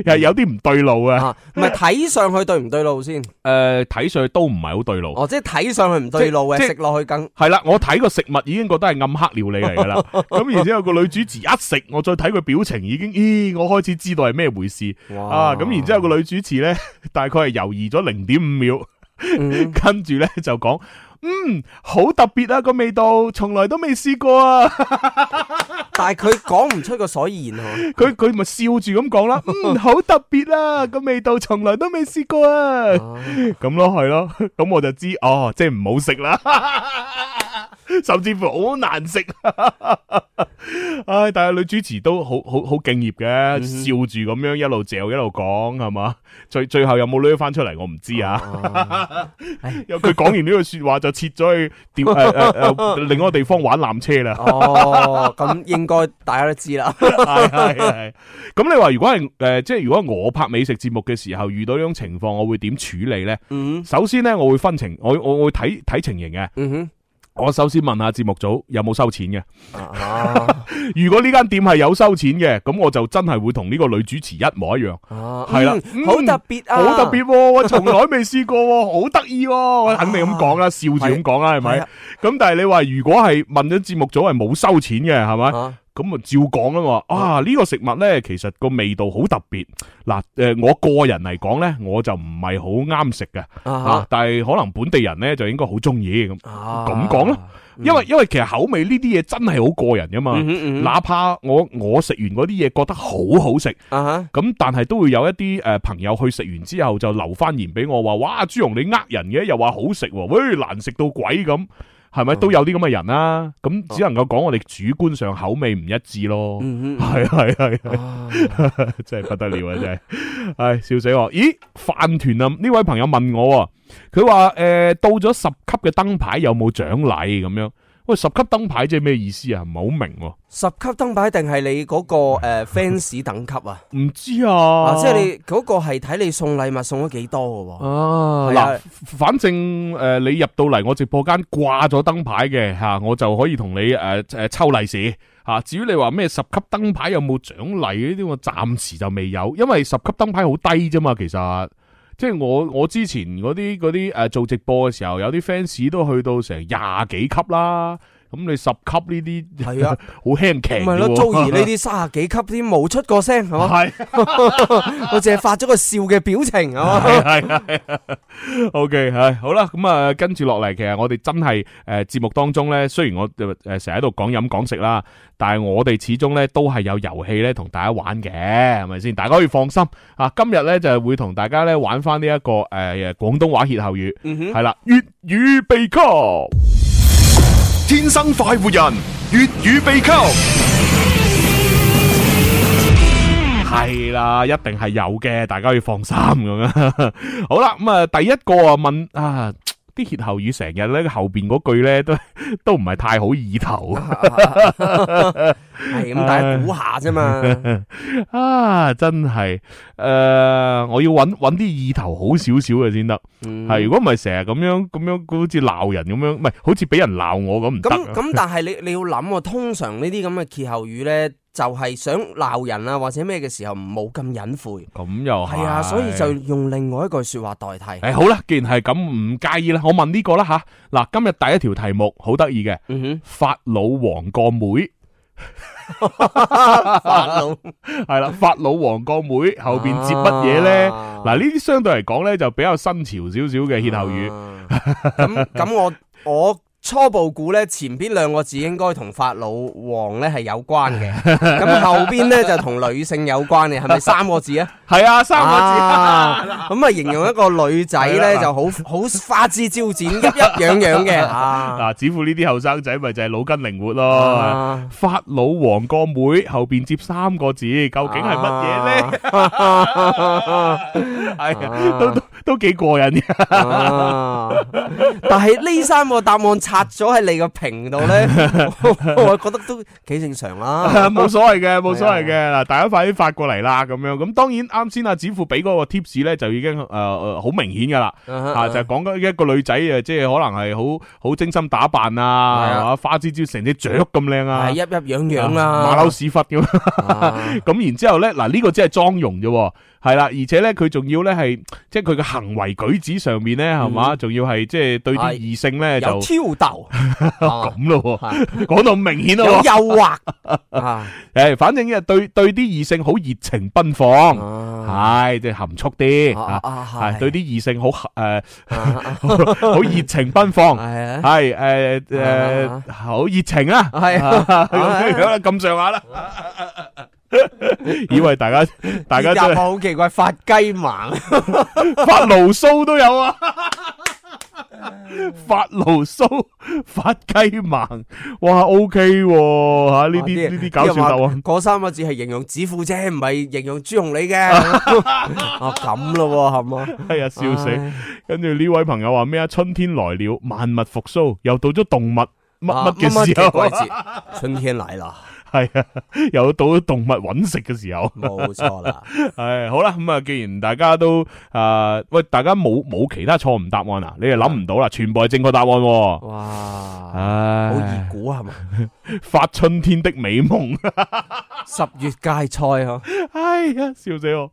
Speaker 3: 係有啲唔對路啊！
Speaker 4: 啊，唔係睇上去對唔對路先？
Speaker 3: 诶，睇上去都唔係好對路。
Speaker 4: 哦，即係睇上去唔對路
Speaker 3: 即即
Speaker 4: 嘅，食落去更
Speaker 3: 係啦，我睇個食物已經覺得係暗黑料理嚟㗎啦。咁然之后個女主持一食，我再睇佢表情已經，咦，我開始知道係咩回事啊！咁然之后個女主持咧， 大概係猶豫咗零點五秒，
Speaker 4: 嗯
Speaker 3: 跟住咧就講：嗯，好特別啊個味道，從來都未試過啊！
Speaker 4: 但係佢講唔出個所以然喎
Speaker 3: 佢佢咪笑住咁講啦，嗯，好特別啦，個味道從來都未試過啊！咁咯，係咯，咁我就知哦，即係唔好食啦， 甚至乎好難食。唉，但係女主持都好好好敬業嘅，笑住咁樣一路嚼一路講係嘛？最最後有冇掠翻出嚟我唔知啊。 有佢講完呢句说話就撤咗去調誒誒誒另一個地方玩纜車啦。
Speaker 4: 哦，咁應該大家都知啦。
Speaker 3: 系系系。咁你話如果係诶、呃即係如果我拍美食節目嘅時候遇到呢種情況，我會點處理呢？
Speaker 4: 嗯
Speaker 3: 首先呢，我會分情，我我我会睇睇情形嘅。
Speaker 4: 嗯
Speaker 3: 我首先問下節目組有冇收錢嘅。
Speaker 4: 哼，啊
Speaker 3: 如果呢間店係有收錢嘅，咁我就真係會同呢個女主持一模一樣。
Speaker 4: 啊，
Speaker 3: 係啦
Speaker 4: 嗯好特別啊，
Speaker 3: 好特別喎，我從來未試過喎，好得意喎，我肯定咁講啦，笑住咁講啦，係咪
Speaker 4: 啊係啊？
Speaker 3: 咁但係你話如果係問咗節目組係冇收錢嘅，係咪？
Speaker 4: 啊！
Speaker 3: 咁啊，照講啦嘛，
Speaker 4: 嗯
Speaker 3: 啊呢、個食物呢，其實個味道好特別。嗱，诶、我個人嚟講呢，我就唔係好啱食嘅，啊
Speaker 4: 啊，
Speaker 3: 但係可能本地人呢，就應該好中意咁。
Speaker 4: 啊
Speaker 3: 咁講啦，因為因为其實口味呢啲嘢真係好過人噶嘛，
Speaker 4: 嗯哼嗯哼
Speaker 3: 哪怕我我食完嗰啲嘢覺得好好食，
Speaker 4: 啊哈，
Speaker 3: 咁但係都會有一啲诶、呃朋友去食完之後就留翻言俾我話：，哇，朱紅你呃人嘅，又話好食喎，喂難食到鬼咁。係
Speaker 4: 嗯
Speaker 3: 咪都有啲咁嘅人啦、咁只能夠講我哋主觀上口味唔一致咯。
Speaker 4: 嗯哼
Speaker 3: 系系系，
Speaker 4: 啊
Speaker 3: 真系不得了啊！真系，唉，笑死我！咦，饭团啊，呢啊位朋友问我喎，佢话诶，呃到咗十级嘅灯牌有冇奖励咁样？喂，十級燈牌即係咩意思啊？唔係好明喎。
Speaker 4: 十級燈牌定係你嗰個诶 fans 等級啊？
Speaker 3: 唔知啊，
Speaker 4: 啊，即係你嗰個係睇你送禮物送咗幾多嘅喎。
Speaker 3: 啊
Speaker 4: 係啊
Speaker 3: 嗱，反正诶你入到嚟我直播間掛咗燈牌嘅吓，我就可以同你诶诶抽利是。吓，至於你話咩十級燈牌有冇獎勵呢啲，我暫時就未有，因為十級燈牌好低啫嘛，其實。即係我我之前嗰啲嗰啲诶做直播嘅時候，有啲 fans 都去到成廿幾級啦，咁你十級呢啲
Speaker 4: 係啊，
Speaker 3: 好輕騎
Speaker 4: 唔係咯，周 怡呢啲三十幾級啲冇出過聲係 嘛，
Speaker 3: 系
Speaker 4: 我淨係發咗個笑嘅表情係嘛。
Speaker 3: 系系 ，OK 系好啦，咁啊跟住落嚟，其實我哋真係诶节目當中咧，雖然我诶成日喺度講飲講食啦，但係我哋始終咧都係有遊戲咧同大家玩嘅，係咪先？大家可以放心啊！今日咧就係會同大家咧玩翻呢一個诶廣東話歇後語，係啦、粵語秘笈。
Speaker 2: 天生快活人，粵語秘笈。
Speaker 3: 系啦，一定系有嘅，大家要放心咁样。好啦，咁啊，第一个啊问啊，啲歇后语成日咧后边嗰句咧都 都唔系太好意头
Speaker 4: 係咁，但係估下啫嘛。
Speaker 3: 啊，真系诶、誒我要揾揾啲意头好少少嘅先得。
Speaker 4: 嗯
Speaker 3: 系如果唔系成日咁样咁样，好似闹人咁样，唔系好似俾人闹我咁唔得
Speaker 4: 咁
Speaker 3: 啊。
Speaker 4: 咁，但係你你要諗喎，通常呢啲咁嘅歇後語咧，就係想鬧人啊或者咩嘅時候，唔冇咁隱晦。
Speaker 3: 咁又
Speaker 4: 係啊，所以
Speaker 3: 哦係
Speaker 4: 就用另外一句说話代替。
Speaker 3: 诶好啦，既然系咁，唔介意啦，我问呢个啦吓。嗱，今日第一条题目好得意嘅，
Speaker 4: 嗯
Speaker 3: 法老王个妹。
Speaker 4: 哼，法老
Speaker 3: 系啦，法老王個妹後边接乜嘢咧？
Speaker 4: 啊
Speaker 3: 嗱，呢啲相對嚟講咧就比較新潮少少嘅歇後語，
Speaker 4: 啊咁咁，我我初步估咧，前邊兩個字應該同法老王咧係有關嘅，咁後邊咧就同女性有關嘅，係咪三個字啊？
Speaker 3: 係啊，三個字。
Speaker 4: 啊咁啊，形容一個女仔咧就好好花枝招展、鬱鬱攘 攘嘅啊。
Speaker 3: 嗱，只乎呢啲後生仔咪就係腦筋靈活咯。
Speaker 4: 啊
Speaker 3: 法老王個妹後边接三個字，究竟係乜嘢咧？
Speaker 4: 啊
Speaker 3: 係啊都都都几过 瘾嘅。
Speaker 4: 啊！但係呢三個答案拆咗喺你個屏度咧， 我我覺得都幾正常啦。
Speaker 3: 冇所謂嘅，冇所謂嘅。嗱，大家快啲發過嚟啦，咁樣咁當然啱先阿子富俾嗰個 tips 咧，就已經诶诶好明顯噶啦。啊，就係講緊一個女仔啊，即係可能係好好精心打扮啊，
Speaker 4: 係啊
Speaker 3: 係嘛花枝招成隻雀咁靚啊，
Speaker 4: 系一一樣樣
Speaker 3: 啊
Speaker 4: 啦，
Speaker 3: 馬騮屎忽咁。
Speaker 4: 啊
Speaker 3: 咁然之後咧，嗱呢個只係妝容啫喎，係啦，而且咧佢仲要咧係即係佢嘅行為舉止上面咧係嘛，仲要係即係對啲
Speaker 4: 嗯係
Speaker 3: 異性咧就
Speaker 4: 有 挑逗，啊
Speaker 3: 咁咯
Speaker 4: 啊
Speaker 3: 喎，講到咁明顯
Speaker 4: 有
Speaker 3: 咯喎，
Speaker 4: 誘惑啊，
Speaker 3: 誒，反正係對對啲異性好熱情奔放，
Speaker 4: 啊
Speaker 3: 係即係含蓄啲
Speaker 4: 啊
Speaker 3: 啊，
Speaker 4: 啊
Speaker 3: 係對啲異性好 誒
Speaker 4: 啊
Speaker 3: 好熱情奔 放。
Speaker 4: 係啊，
Speaker 3: 系诶诶
Speaker 4: 啊，
Speaker 3: 好熱情啊，
Speaker 4: 係
Speaker 3: 啊 咁樣啦，咁上下啦。以為大 家大家
Speaker 4: 熱啊
Speaker 3: 都
Speaker 4: 入好奇怪，發雞 盲，
Speaker 3: 發牢騷都有 啊，發牢騷、發雞盲，哇，OK 喎吓呢啲呢啲搞笑
Speaker 4: 哦啲
Speaker 3: 鬥
Speaker 4: 人
Speaker 3: 啊
Speaker 4: 話，嗰三個字係形容指父啫，唔係形容朱紅你嘅， 啊咁咯喎，係嘛？
Speaker 3: 係啊，笑死！
Speaker 4: 唉
Speaker 3: 跟住呢位朋友話咩啊？春天來了，萬物復甦，又到咗動物乜
Speaker 4: 啊
Speaker 3: 乜嘅時候，啊
Speaker 4: 季節，春天嚟啦，
Speaker 3: 係啊，又到咗動物揾食嘅時候。
Speaker 4: 冇 錯啦，
Speaker 3: 系好啦，咁啊，既然大家都诶，喂，大家冇冇其他錯誤答案啊？你哋諗唔到啦，全部係正確答案喎。
Speaker 4: 哇，好易
Speaker 3: 唉，
Speaker 4: 估啊係嘛？
Speaker 3: 發春天的美夢，
Speaker 4: 十月芥菜啊，
Speaker 3: 哎呀，笑死我！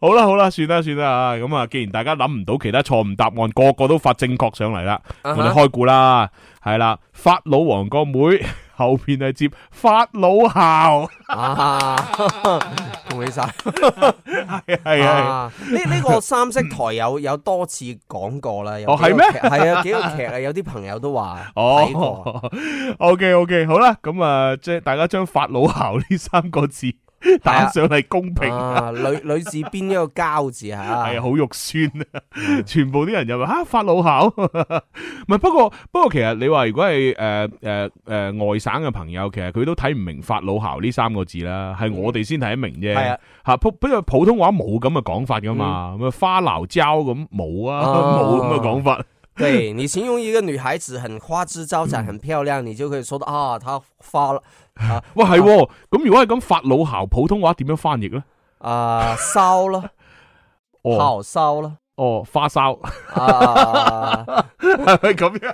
Speaker 3: 好啦好啦，算啦算啦啊！咁啊，既然大家諗唔到其他錯誤答案，個個都發正確上嚟啦，
Speaker 4: 啊
Speaker 3: 我哋開估啦，係啦，法老王個妹 後边係接法老校，
Speaker 4: 啊， 恭喜晒！
Speaker 3: 係係係
Speaker 4: 啊！呢呢個三色台有有多次講過啦。有
Speaker 3: 哦
Speaker 4: 幾個
Speaker 3: 係咩
Speaker 4: 劇係啊，幾個劇啊，有啲朋友都話睇過。 啊
Speaker 3: 哦，OK OK，好啦，咁啊，即係大家將法老校呢三個字打上嚟公平，
Speaker 4: 啊，女 女字邊一個交字嚇，
Speaker 3: 係啊，好肉酸
Speaker 4: 嗯
Speaker 3: 啊！全部啲人就話吓法老校， 唔係不過不過其實你話如果係诶诶诶外省嘅朋友，其實佢都睇唔明法老校呢三個字啦，係我哋先睇得明啫。
Speaker 4: 嗯係啊嗯
Speaker 3: 吓普不過普 通話冇咁嘅講法噶嘛，咁啊花鬧交咁冇啊，
Speaker 4: 啊
Speaker 3: 冇咁嘅講法。
Speaker 4: 对你形容一个女孩子很花枝招
Speaker 3: 嗯
Speaker 4: 展、很漂亮，你就可以说到啊，她花了啊
Speaker 3: 哇，系喎咁如果係咁法老姣普通話點樣翻譯咧？
Speaker 4: 啊骚了，
Speaker 3: 哦
Speaker 4: 好骚了
Speaker 3: 哦，花哨
Speaker 4: 啊
Speaker 3: 係咪咁樣？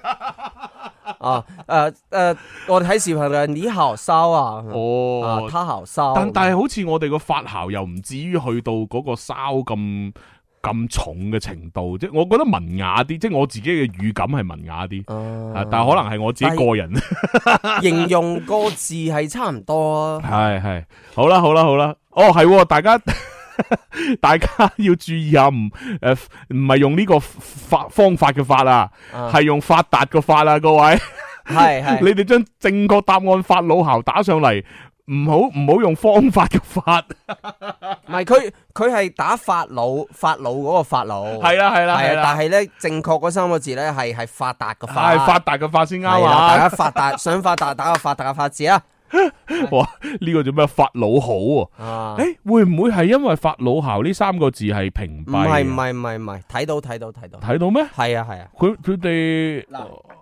Speaker 4: 啊诶诶，我哋睇視頻嘅你好骚啊，啊
Speaker 3: 哦，
Speaker 4: 她好骚，
Speaker 3: 但但係好似我哋個發姣又唔至於去到嗰個哨咁咁重嘅程度，即係我覺得文雅啲，即係我自己嘅語感係文雅啲。啊
Speaker 4: 啊！
Speaker 3: 但係可能係我自己
Speaker 4: 但係
Speaker 3: 個人，
Speaker 4: 形容個字係差唔 多啊。
Speaker 3: 係係好啦好啦好啦，哦係喎，大家 大家要注意啊，唔诶唔係用呢個法方法嘅法啊，
Speaker 4: 啊
Speaker 3: 係用發達嘅法啊，各位。
Speaker 4: 係係
Speaker 3: 你哋將正確答案發老姣打上嚟，唔好唔好用方法嘅法，
Speaker 4: 唔係佢佢係打法老法老嗰個法老，
Speaker 3: 係啦係啦
Speaker 4: 係
Speaker 3: 係
Speaker 4: 啊，但
Speaker 3: 啦，
Speaker 4: 係咧正確嗰三個字咧係係發達嘅發，
Speaker 3: 係發達嘅法先啱
Speaker 4: 係啦大
Speaker 3: 啊！
Speaker 4: 家發達 想發達打個發達嘅發字啊！
Speaker 3: 哇，呢個做咩發老好喎？
Speaker 4: 啊，
Speaker 3: 誒，會唔會係因為發老姣呢三個字係屏
Speaker 4: 唔
Speaker 3: 蔽？
Speaker 4: 係唔，係唔係唔係，睇到睇到睇到，
Speaker 3: 啊睇到咩？
Speaker 4: 係啊係啊，
Speaker 3: 佢佢哋
Speaker 4: 嗱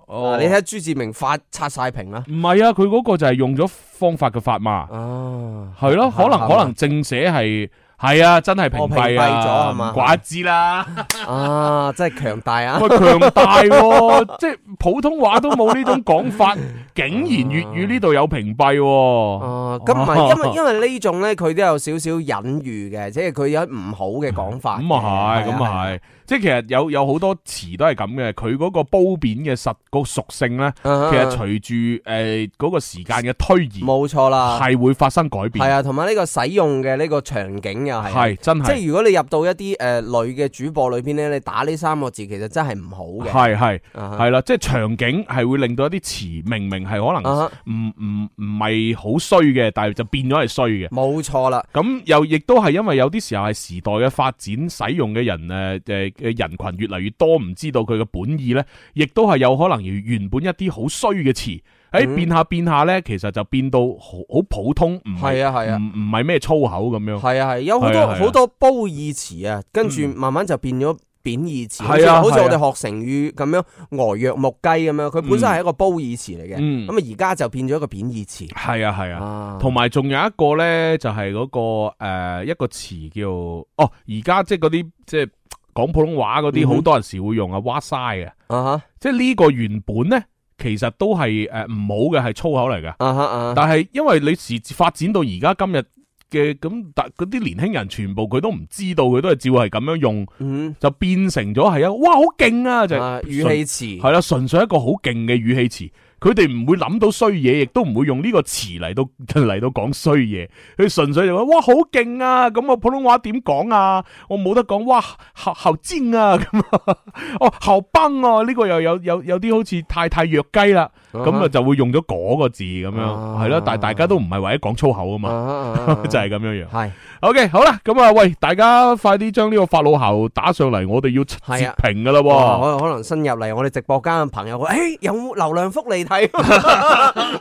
Speaker 3: 哦
Speaker 4: 你，睇朱志明發刷晒屏啦，
Speaker 3: 唔係啊，佢嗰個就係用咗方法嘅法嘛，
Speaker 4: 哦，
Speaker 3: 係咯，可能
Speaker 4: 係嘛
Speaker 3: 可能正寫係。係啊，真係屏
Speaker 4: 哦屏
Speaker 3: 蔽
Speaker 4: 蔽咗
Speaker 3: 啊，
Speaker 4: 係嘛
Speaker 3: 唔怪之啦。
Speaker 4: 啊，真係強大 啊！
Speaker 3: 喂，強大喎、即係普通話都冇呢種講 法，竟然粵語呢度有屏蔽喎、
Speaker 4: 哦，咁唔係，因為因為呢種咧，佢都有少少隱喻嘅，即係佢有唔好嘅講法 嘅。
Speaker 3: 咁啊係，咁
Speaker 4: 係
Speaker 3: 啊係，即係其實有有好多詞都係咁嘅，佢嗰個褒貶嘅實個屬性咧，
Speaker 4: 啊
Speaker 3: 其實隨住誒嗰個時間嘅推移，
Speaker 4: 冇錯啦，
Speaker 3: 係會發生改變，
Speaker 4: 係啊，同埋呢個使用嘅呢個場景又係，啊
Speaker 3: 係真
Speaker 4: 即
Speaker 3: 係，
Speaker 4: 係如果你入到一啲誒女嘅主播裏邊咧，你打呢三個字其實真係唔好嘅。
Speaker 3: 係係
Speaker 4: 啊
Speaker 3: 係啦，即係場景係會令到一啲詞明明係可能
Speaker 4: 啊
Speaker 3: 唔唔唔係好衰嘅，但係就變咗係衰嘅。
Speaker 4: 冇錯啦，
Speaker 3: 咁又亦都係因為有啲時候係時代嘅發展，使用嘅人誒誒嘅人群越嚟越多，唔知道佢嘅本意呢，亦都係有可能原原本一啲好衰嘅詞，誒、哎
Speaker 4: 嗯
Speaker 3: 變下變下呢，其實就變到好好普通，唔係
Speaker 4: 係啊係啊
Speaker 3: 唔唔係咩粗口咁樣。
Speaker 4: 係啊係，有好
Speaker 3: 係
Speaker 4: 多
Speaker 3: 啊係啊
Speaker 4: 好多褒義詞啊，跟住
Speaker 3: 嗯
Speaker 4: 慢慢就變咗。貶義詞，好
Speaker 3: 係
Speaker 4: 似
Speaker 3: 啊
Speaker 4: 好似我
Speaker 3: 係
Speaker 4: 哋學成語咁樣，呆若木雞咁樣，佢本身係一個褒義詞嚟嘅，
Speaker 3: 嗯
Speaker 4: 咁啊而家就變咗一個貶義詞。
Speaker 3: 係啊係啊，
Speaker 4: 啊
Speaker 3: 同埋仲有一個呢，就係嗰、個、呃、一個詞叫哦，而家即係嗰啲即係講普通話嗰
Speaker 4: 嗯
Speaker 3: 啲，
Speaker 4: 哼
Speaker 3: 好多人時會用啊，哇塞嘅，
Speaker 4: 啊哈
Speaker 3: 即係呢個原本呢，其實都係誒唔好嘅，係粗口嚟㗎。
Speaker 4: 啊哈啊哈！
Speaker 3: 但係因為你時發展到而家今日嘅咁，但嗰啲年輕人全部佢都唔知道，佢都係照係咁樣用，
Speaker 4: 嗯，
Speaker 3: 就變成咗係一個哇好勁啊！就
Speaker 4: 啊
Speaker 3: 係
Speaker 4: 語氣詞
Speaker 3: 係啦，純粹一個好勁嘅語氣詞。佢哋唔會諗到衰嘢，亦都唔會用呢個詞嚟到 嚟到講衰嘢。佢純粹就話：哇，好勁啊！咁我普通話點講啊？我冇得講哇，好好尖啊！咁啊 哦，好崩啊！呢、個又有有有啲好似太太弱雞啦。咁啊就會用咗嗰個字咁樣，
Speaker 4: 啊
Speaker 3: 係咯，但係大家都唔係為咗講粗口啊嘛，
Speaker 4: 啊
Speaker 3: 就係咁樣樣。
Speaker 4: 係
Speaker 3: OK，好啦，咁啊，喂，大家快啲將呢個法老喉打上嚟，我哋要截
Speaker 4: 係啊
Speaker 3: 屏噶啦
Speaker 4: 哇！
Speaker 3: 喎。
Speaker 4: 可可能新入嚟我哋直播間嘅朋友，誒有冇流量福 利睇？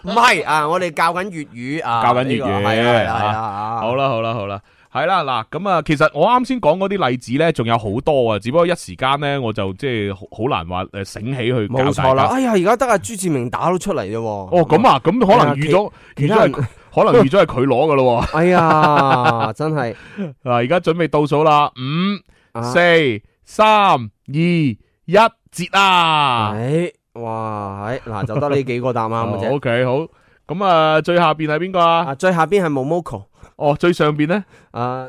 Speaker 4: 唔係啊，我哋教緊粵語啊，
Speaker 3: 教緊粵語
Speaker 4: 呢個係啊係啊係啊，
Speaker 3: 好啦，好啦，好啦。係啦，嗱，咁啊，其實我啱先講嗰啲例子咧，仲有好多啊，只不過一時間咧，我就即係好好難話誒醒起去教
Speaker 4: 冇
Speaker 3: 大
Speaker 4: 錯啦。
Speaker 3: 家。
Speaker 4: 哎呀，而家得阿朱志明打到出嚟啫喎。
Speaker 3: 哦，
Speaker 4: 哦
Speaker 3: 咁啊，咁可能預咗，預
Speaker 4: 其其
Speaker 3: 咗
Speaker 4: 他
Speaker 3: 係
Speaker 4: 人
Speaker 3: 佢，可能預咗係佢攞噶咯喎。
Speaker 4: 哎呀，真係
Speaker 3: 嗱，而家準備倒數啦，五、
Speaker 4: 啊
Speaker 3: 四、三、二、一，截啊！
Speaker 4: 哎哇，哎嗱就得呢幾個答啱嘅啫。
Speaker 3: O K，好。咁啊，最下边系边个啊？
Speaker 4: 啊，最下邊係 Momoko，
Speaker 3: 哦，最上边咧？
Speaker 4: 啊，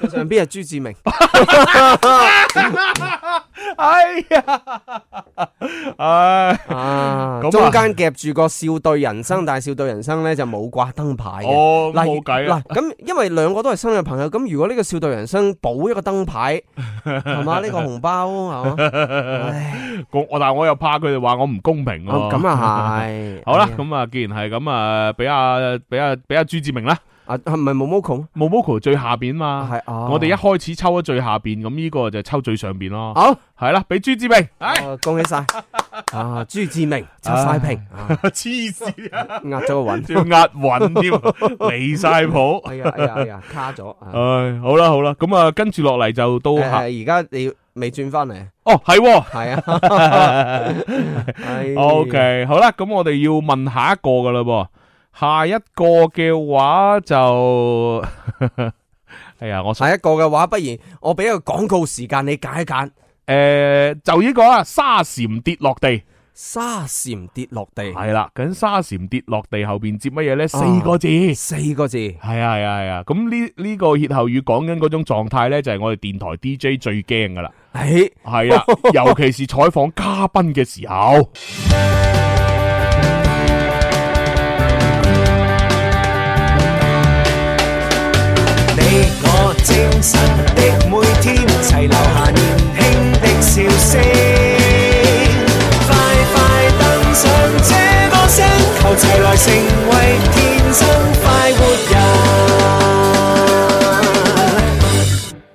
Speaker 4: 最上邊係朱志明。
Speaker 3: 哎 呀，唉，
Speaker 4: 啊，
Speaker 3: 咁啊
Speaker 4: 中間夾住個笑對人生，但係笑對人生咧就冇掛燈牌嘅。
Speaker 3: 哦，
Speaker 4: 啊嗱
Speaker 3: 冇計啦
Speaker 4: 嗱，，咁因為兩個都係新嘅朋友，咁如果呢個笑對人生補一個燈牌，係嘛？呢個紅包係嘛？唉
Speaker 3: 我我但系我又怕佢哋話我唔公平喎。
Speaker 4: 咁啊係。
Speaker 3: 好啦
Speaker 4: 哎，呀
Speaker 3: 咁啊，既然係咁啊，俾阿俾阿俾阿朱志明啦
Speaker 4: 啊，係咪冇毛窮？
Speaker 3: ，Momoko 最下边嘛。
Speaker 4: 係啊，
Speaker 3: 我哋一開始
Speaker 4: 啊
Speaker 3: 抽咗最下边，咁呢個就抽最上边咯。
Speaker 4: 好，
Speaker 3: 係啦，俾朱志明。唉
Speaker 4: 啊恭喜晒！啊，朱志明就快評啊，
Speaker 3: 黐線啊，
Speaker 4: 壓咗個韻。
Speaker 3: 仲要押韻 添，離晒譜。
Speaker 4: 哎呀哎呀哎呀，卡咗啊！
Speaker 3: 唉，好啦好啦，咁啊，跟住落嚟就到下。
Speaker 4: 誒而家你未轉翻嚟，
Speaker 3: 哦，系喎。
Speaker 4: 係啊。 哎
Speaker 3: O K，好啦，咁我哋要問下一個噶啦噃，下一個嘅話就 哎呀，我
Speaker 4: 下一個嘅話，不如我俾個廣告時間你揀一揀。
Speaker 3: 诶、呃就呢個啦，沙蟬跌落地
Speaker 4: 沙蟬跌落地，
Speaker 3: 係啦，咁沙蟬跌落地後边接乜嘢咧？四個字。係
Speaker 4: 四個字。
Speaker 3: 啊係啊係啊，咁呢呢個歇後語講緊嗰種狀態咧，就係我哋電台 D J 最驚噶啦，
Speaker 4: 哎，
Speaker 3: 係啊，尤其是採訪嘉賓嘅時候。
Speaker 1: 你我精神的每天，齊留下年輕的笑聲。快快登上這個星球，齊來成為天生快活人。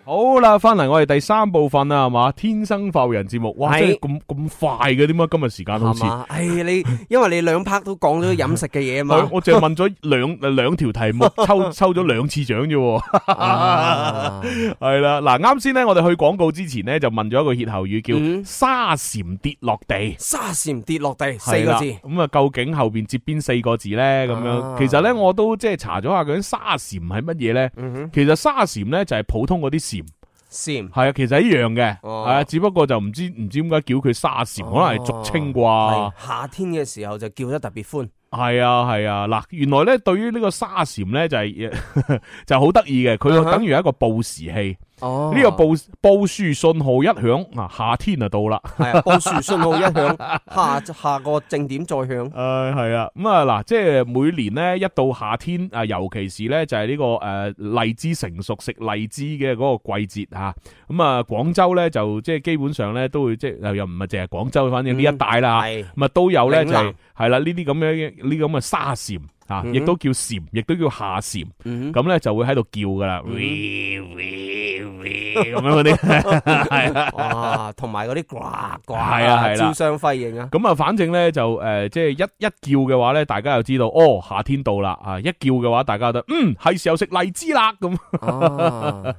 Speaker 3: 好啦，翻嚟我哋第三部分啦，系嘛？天生浮人節目，哇，
Speaker 4: 係
Speaker 3: 真係咁咁快嘅，點解今日時間好
Speaker 4: 係
Speaker 3: 似？
Speaker 4: 嘛？哎，你因為你兩 part 都講咗飲食嘅嘢
Speaker 3: 係
Speaker 4: 嘛。
Speaker 3: 我淨係問咗兩兩條題目，抽抽咗兩次獎啫喎。
Speaker 4: 啊
Speaker 3: 係啦，嗱，啱先咧，我哋去廣告之前咧，就問咗一個歇後語，叫
Speaker 4: 嗯
Speaker 3: 沙蟬跌落地。
Speaker 4: 沙蟬跌落地四
Speaker 3: 係
Speaker 4: 個
Speaker 3: 啦
Speaker 4: 字。
Speaker 3: 咁啊，究竟後边接邊四個字咧？咁樣
Speaker 4: 啊
Speaker 3: 其實咧，我都即係查咗下究竟沙蟬係乜嘢咧。
Speaker 4: 嗯哼，
Speaker 3: 其實沙蟬咧就係普通嗰啲蟬。
Speaker 4: 蟬。
Speaker 3: 系啊，其實一樣嘅，
Speaker 4: 哦
Speaker 3: 系啊，只不過就唔知唔知点解叫佢沙蟬，可能係俗稱啩
Speaker 4: 係。夏天嘅時候就叫得特別歡。
Speaker 3: 係啊，係啊，嗱，原來咧對於呢個沙蟬咧就係 就好得意嘅，佢就
Speaker 4: 嗯哼
Speaker 3: 等於一個報時器，
Speaker 4: 哦
Speaker 3: 呢個報報書信號一響，啊，夏天就到啦。
Speaker 4: 系 啊，報樹信號一響，下下個正點再響。
Speaker 3: 诶，系啊，咁啊嗱，即係每年咧一到夏天啊，尤其是咧就係呢個诶荔枝成熟食荔枝嘅嗰個季節吓，咁啊廣州咧就即係基本上咧都會即係又唔係淨係廣州，反正呢一帶啦。
Speaker 4: 嗯係
Speaker 3: 咁啊都有咧
Speaker 4: 嶺
Speaker 3: 就
Speaker 4: 南
Speaker 3: 係係啦呢啲咁樣嘅呢啲咁嘅沙蟬啊，
Speaker 4: 嗯
Speaker 3: 亦都叫蟬，亦都叫夏蟬，
Speaker 4: 嗯
Speaker 3: 咁咧就會喺度叫噶啦，咁樣嗰啲 係啊。
Speaker 4: 哇，同埋嗰啲呱呱，
Speaker 3: 係啊係啦
Speaker 4: 招商輝映啊，
Speaker 3: 咁啊，反正咧就誒，即係一一叫嘅話咧，大家就知道哦，夏天到啦啊！一叫嘅話，大家就嗯係時候食荔枝啦咁。
Speaker 4: 啊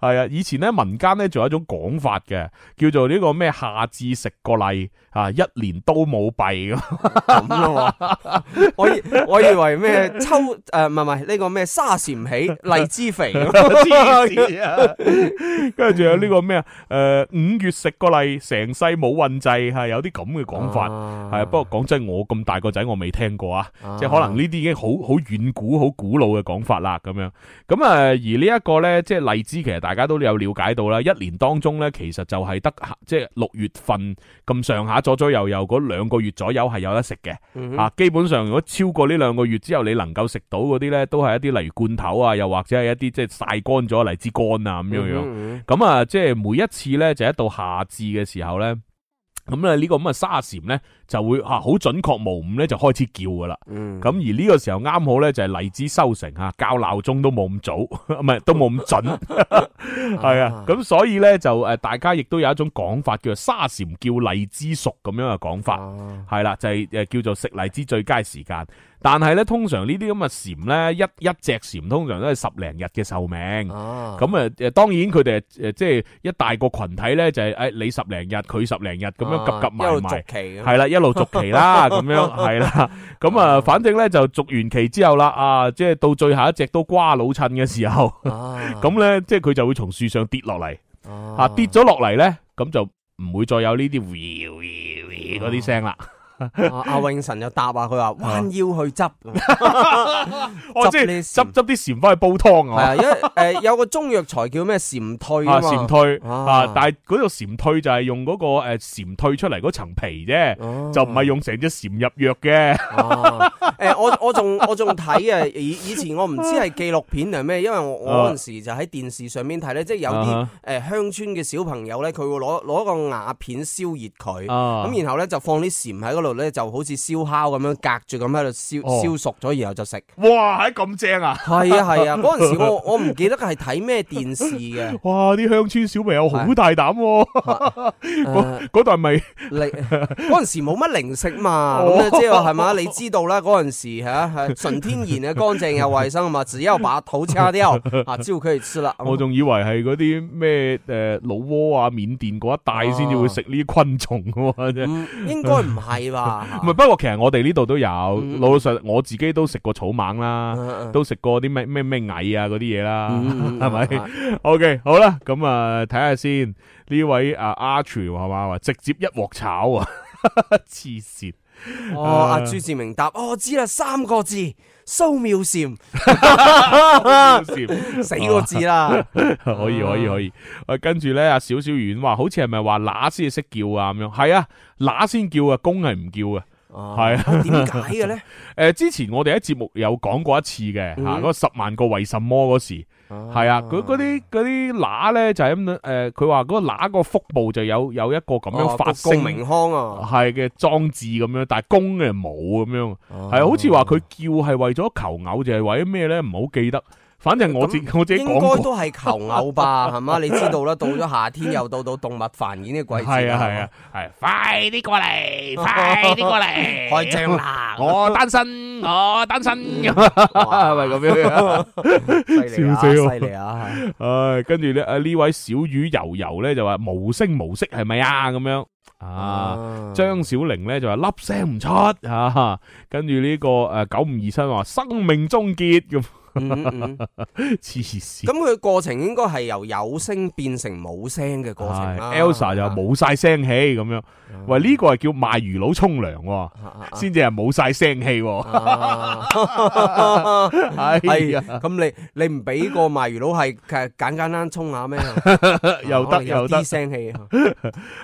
Speaker 3: 係啊，以前咧民間咧仲有一種講法嘅，叫做呢個咩夏至食個荔啊，一年都冇弊咁。
Speaker 4: 咁咯喎， 我以我以為咩秋呃诶，唔係唔係呢個咩沙 蟬起，荔枝肥，
Speaker 3: 黐線啊！跟住仲有呢個咩啊？诶，五月食個例，成世冇運滯，係有啲咁嘅講法。係啊，不過講真，我咁大個仔，我未聽過啊，
Speaker 4: 啊
Speaker 3: 即係可能呢啲已經好好遠古、好古老嘅講法啦，咁樣。咁啊，而呢一個呢，即係荔枝，其實大家都有了解到啦。一年當中呢，其實就係得即係六月份咁上下左左右右嗰兩個月左右係有得食嘅。
Speaker 4: 嗯哼
Speaker 3: 啊，基本上如果超過呢兩個月之後，你能夠食到嗰啲呢，都係一啲例如罐頭啊，又或者係一啲即係曬乾咗荔枝乾啊咁樣樣。
Speaker 4: 嗯
Speaker 3: 咁啊，即係每一次呢，就一到夏至嘅時候呢，咁咧呢個咁嘅沙蟬呢，就會啊好準確無誤呢，就開始叫噶啦。
Speaker 4: 嗯
Speaker 3: 咁而呢個時候啱好呢，就係荔枝收成啊，較鬧鐘都冇咁早， 唔係都冇咁 準，係啊。咁所以呢，就誒大家亦都有一種講法叫做沙蟬叫荔枝熟咁樣嘅講法。
Speaker 4: 啊
Speaker 3: 系啦，就係诶叫做食荔枝最佳時間，但係咧通常呢啲咁嘅蟬咧，一一只蟬通常都係十零日嘅壽命。
Speaker 4: 啊
Speaker 3: 咁誒誒，當然佢哋誒即係一大個群體咧，就係誒你十零日，佢十零日咁樣
Speaker 4: 啊
Speaker 3: 夾夾
Speaker 4: 一路
Speaker 3: 埋埋
Speaker 4: 續，期咁
Speaker 3: 係啦，一路續期 啦，咁樣係啦，咁啊，反正咧就續完期之後啦，啊，即係到最後一隻都瓜老襯嘅時候，
Speaker 4: 啊
Speaker 3: 咁咧即係佢就會從樹上跌落嚟。啊
Speaker 4: 啊
Speaker 3: 跌咗落嚟咧，咁就唔會再有呢啲嗰啲聲啦。
Speaker 4: 啊阿永神就答啊，佢話彎腰去執。
Speaker 3: 我哦即係執
Speaker 4: 呢啲蟬
Speaker 3: 執啲蟬翻去煲湯
Speaker 4: 系
Speaker 3: 啊！
Speaker 4: 啊，因為诶有個中藥材叫咩蟬退
Speaker 3: 啊，
Speaker 4: 啊
Speaker 3: 蟬
Speaker 4: 嘛，
Speaker 3: 退
Speaker 4: 啊
Speaker 3: 啊，但係嗰度蟬退就係用嗰個诶蟬退出嚟嗰層皮啫，
Speaker 4: 哦
Speaker 3: 就唔係用成隻蟬入藥嘅。
Speaker 4: 哦誒我我仲我仲睇啊！以以前我唔知係紀錄片定係咩，因為我我
Speaker 3: 啊
Speaker 4: 嗰陣時就喺電視上面睇咧，即係有
Speaker 3: 啊
Speaker 4: 啲
Speaker 3: 哈
Speaker 4: 誒鄉村嘅小朋友咧，佢會攞攞個瓦片燒熱佢，
Speaker 3: 啊
Speaker 4: 咁然後咧就放啲蟬喺嗰度咧就好似燒烤咁樣隔住咁喺度燒
Speaker 3: 哦
Speaker 4: 燒熟咗，然後就食。
Speaker 3: 哇，係咁正啊！，
Speaker 4: 係啊係啊，嗰陣時我我唔記得係睇咩電視嘅
Speaker 3: 哇！啲鄉村小朋友好大膽喎，
Speaker 4: 誒
Speaker 3: 嗰代咪
Speaker 4: 零嗰陣時冇乜零食嘛，
Speaker 3: 哦
Speaker 4: 咁咧即係話係嘛？你知道啦，嗰陣時嚇 係純天然嘅，乾淨又衞生啊嘛，只有把肚 叉掉啊，只要佢哋吃啦。
Speaker 3: 我仲以為係嗰啲咩誒老撾啊、緬甸嗰一帶先至會食呢啲昆蟲嘅喎，真係
Speaker 4: 唔嗯應該唔係吧？
Speaker 3: 唔係，不過其實我哋呢度都有，
Speaker 4: 嗯
Speaker 3: 老老實我自己都食過草蜢啦，
Speaker 4: 嗯
Speaker 3: 都食過啲咩咩咩蟻啊嗰啲嘢啦，
Speaker 4: 嗯嗯
Speaker 3: 係咪、o k 好啦，咁啊睇下先，呢位啊阿廚係嘛話直接一鑊炒啊， 黐線！
Speaker 4: 哦，阿朱志明答，哦我知啦，三個字，蘇妙禪，四個字啦。
Speaker 3: 可以可以可以，啊跟住咧阿小小丸話，好似係咪話乸先識叫啊咁樣？係啊，乸先叫啊，公係唔叫啊。 係
Speaker 4: 係啊，點解 嘅咧？
Speaker 3: 诶、呃之前我哋喺節目有講過一次嘅吓，
Speaker 4: 嗯
Speaker 3: 嗰、十萬個為什麼嗰時，係啊，嗰嗰啲嗰啲乸咧就係咁樣诶，佢話嗰個乸個腹部就有有一個咁樣
Speaker 4: 哦
Speaker 3: 發
Speaker 4: 郭
Speaker 3: 聲
Speaker 4: 郭明康啊，
Speaker 3: 係嘅裝置咁樣，但係公嘅冇咁樣，
Speaker 4: 哦
Speaker 3: 係、好似話佢叫係為咗求偶，就係為咗咩咧？唔好記得，反正我自 我自己
Speaker 4: 應
Speaker 3: 講
Speaker 4: 該
Speaker 3: 過，
Speaker 4: 都係求偶吧，係嘛？你知道啦，到咗夏天又到到動物繁衍嘅季節
Speaker 3: 係
Speaker 4: 啦
Speaker 3: 啊係啊，係快啲過嚟，快啲過嚟，
Speaker 4: 開張啦，
Speaker 3: 我單身，我單身咁，
Speaker 4: 哇
Speaker 3: 係咪咁樣啊？
Speaker 4: 犀利啊，
Speaker 3: 笑死我
Speaker 4: 犀利啊！
Speaker 3: 唉，跟住咧，啊呢位小魚油油咧就話無聲無息係咪啊？咁樣啊，
Speaker 4: Ờ.
Speaker 3: 張小玲咧就話粒聲唔出啊，跟住呢個诶九五二七話生命終結咁，
Speaker 4: 嗯嗯嗯
Speaker 3: 黐線
Speaker 4: 咁。佢過程應該係由有聲變成冇聲嘅過程啦。
Speaker 3: 係 Ờ, Elsa 就話冇晒聲氣咁樣，喂呢個係叫賣魚佬沖涼喎，
Speaker 4: 啊，
Speaker 3: 先至係冇晒聲氣喎。
Speaker 4: Ờ. 啊
Speaker 3: 哎
Speaker 4: 係
Speaker 3: 呀，
Speaker 4: 啊，咁你你唔俾個賣魚佬係係簡簡單沖下咩？
Speaker 3: 又
Speaker 4: 哎可
Speaker 3: 得
Speaker 4: 能
Speaker 3: 又
Speaker 4: 有
Speaker 3: 得
Speaker 4: 啲。聲氣啊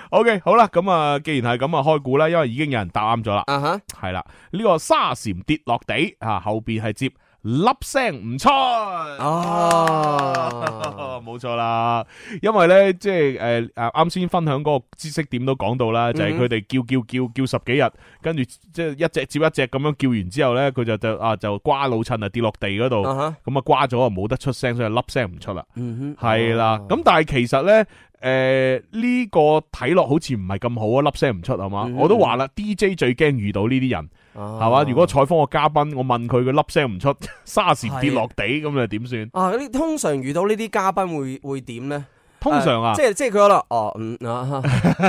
Speaker 3: OK，好啦，咁啊，既然係咁啊，開估啦，因為已經有人答啱咗啦。
Speaker 4: 啊哈！
Speaker 3: 系啦，呢、個个沙蟬跌落地啊，后边系接粒聲唔出。
Speaker 4: Ờ. 哦，
Speaker 3: 冇錯啦，因為咧，即係诶诶，啱先分享嗰個知識點都講到啦，就係佢哋叫叫叫叫十幾日，跟住即係一隻接一隻咁樣叫完之後咧，佢就就啊就瓜老襯啊跌落地嗰度，
Speaker 4: 啊哈，
Speaker 3: 咁啊瓜咗啊冇得出聲，所以粒聲唔出啦。
Speaker 4: 嗯哼，
Speaker 3: 係啦，咁但係其實咧，诶呢個睇落好似唔係咁好啊，粒聲唔出係嘛？
Speaker 4: 嗯哦
Speaker 3: 我都話啦，DJ 最驚遇到呢啲人。
Speaker 4: 係
Speaker 3: 係嘛？如果採訪個嘉賓，我問佢佢粒聲唔出， 沙蟬跌落地咁又點算？
Speaker 4: 啊，呢通常遇到呢啲嘉賓會會點咧？
Speaker 3: 通常啊
Speaker 4: 即，係即係佢可能哦嗯啊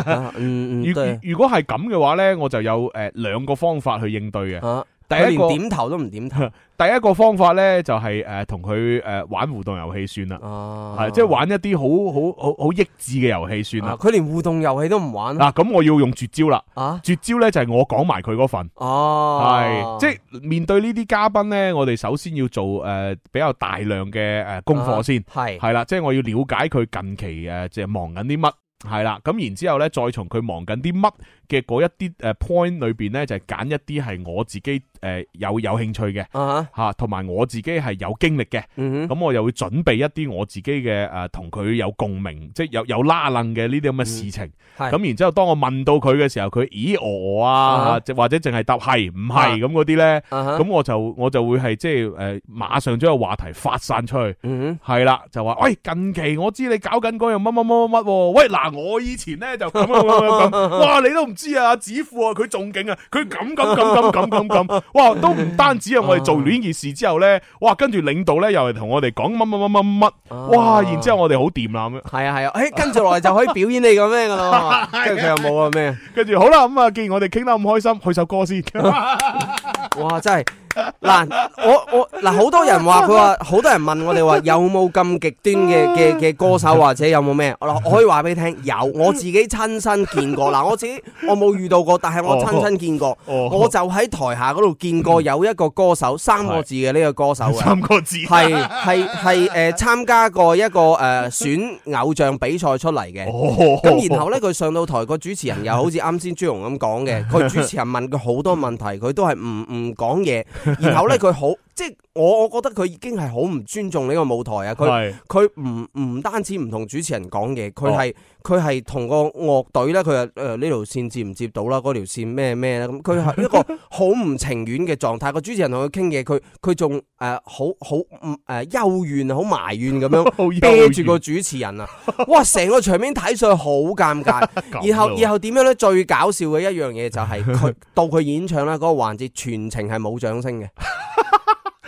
Speaker 4: 啊嗯
Speaker 3: 如
Speaker 4: 嗯對
Speaker 3: 如果係咁嘅話呢，我就有誒兩個方法去應對嘅。
Speaker 4: 啊，
Speaker 3: 第
Speaker 4: 佢
Speaker 3: 一個
Speaker 4: 連點頭都唔 點頭
Speaker 3: 第一個方法呢，就係誒同佢誒玩互動遊戲算啦，
Speaker 4: 啊，
Speaker 3: 係即係玩一啲好好好好益智嘅遊戲算
Speaker 4: 啊
Speaker 3: 啦。
Speaker 4: 佢連互動遊戲都唔玩啊
Speaker 3: 嗱，咁我要用絕招啦！
Speaker 4: 啊
Speaker 3: 絕招呢，就係我講埋佢嗰份，
Speaker 4: 哦
Speaker 3: 係，即係面對呢啲嘉賓呢，我哋首先要做誒比較大量嘅誒功課先。
Speaker 4: 係啊
Speaker 3: 系啦，即系我要了解佢近期诶，即系忙緊啲乜，係啦，咁然之后咧，再從佢忙緊啲乜嘅嗰一啲诶 point 裏边咧，就係揀一啲係我自己诶有有興趣嘅
Speaker 4: 啊
Speaker 3: 吓，同埋我自己係有經歷嘅，
Speaker 4: 嗯哼
Speaker 3: 咁我又會準備一啲我自己嘅诶同佢有共鳴，即係有有拉楞嘅呢啲咁嘅事情。
Speaker 4: 嗯係
Speaker 3: 咁然之后，當我問到佢嘅時候，佢咦我啊，
Speaker 4: 啊
Speaker 3: 即或者淨係答係唔係咁嗰啲咧，
Speaker 4: 啊哈
Speaker 3: 咁我就我就會係即係诶马上將個話題發散出去。
Speaker 4: 嗯
Speaker 3: 系啦，就話喂，近期我知你搞緊嗰樣乜乜乜乜乜喎，喂嗱，我以前咧就咁咁咁咁咁，哇，你都唔知啊，子富啊，佢仲勁啊，佢咁咁咁咁咁咁咁，哇，都唔單止啊，我哋做完呢件事之後咧，哇，跟住領導咧又係同我哋講乜乜乜乜乜，
Speaker 4: 哼
Speaker 3: 哇，然之后我哋好掂啦咁樣，
Speaker 4: 係啊係啊，诶跟住落嚟就可以表演你咁咩 噶啦，跟住佢又冇啊咩？
Speaker 3: 跟住好啦，咁啊，既然我哋傾得咁開心，去首歌先，
Speaker 4: 哇！真係嗱，我我嗱，好多人話佢話，好多人問我哋話有冇咁極端嘅嘅嘅歌手或者有冇咩？我我可以話俾你聽，有我自己親身見過。嗱，我自己我冇遇到過，但係我親身見過，
Speaker 3: 哦
Speaker 4: 我就喺台下嗰度見過有一個歌手三個字嘅呢個歌手嘅。
Speaker 3: 三個字，
Speaker 4: 係係係誒參加過一個誒、呃、選偶像比賽出嚟嘅，
Speaker 3: 哦，
Speaker 4: 咁然後咧，佢上到台個主持人又好似啱先 朱容咁講嘅，佢主持人問佢好多問題，佢都係唔唔講嘢。然後咧，佢好即係我我覺得佢已經係好唔尊重呢個舞台啊！佢
Speaker 3: 係哦
Speaker 4: 佢唔唔單止唔同主持人講嘢，佢係佢係同個樂隊咧，佢係誒呢條線接唔接到啦，嗰條線咩咩啦，咁佢係 一個好唔情願嘅狀態。個主持人同佢傾嘢，佢佢仲誒好好唔誒幽怨啊，好埋怨咁樣
Speaker 3: 好幽
Speaker 4: 啤住個
Speaker 3: 怨
Speaker 4: 主持人啊！ 哇，成個場面睇上去好尷 尬。
Speaker 3: 咁
Speaker 4: 然後
Speaker 3: 咯
Speaker 4: 然後點樣咧？最搞笑嘅一樣嘢就係佢 到佢演唱啦，嗰、個環節全程係冇掌聲嘅。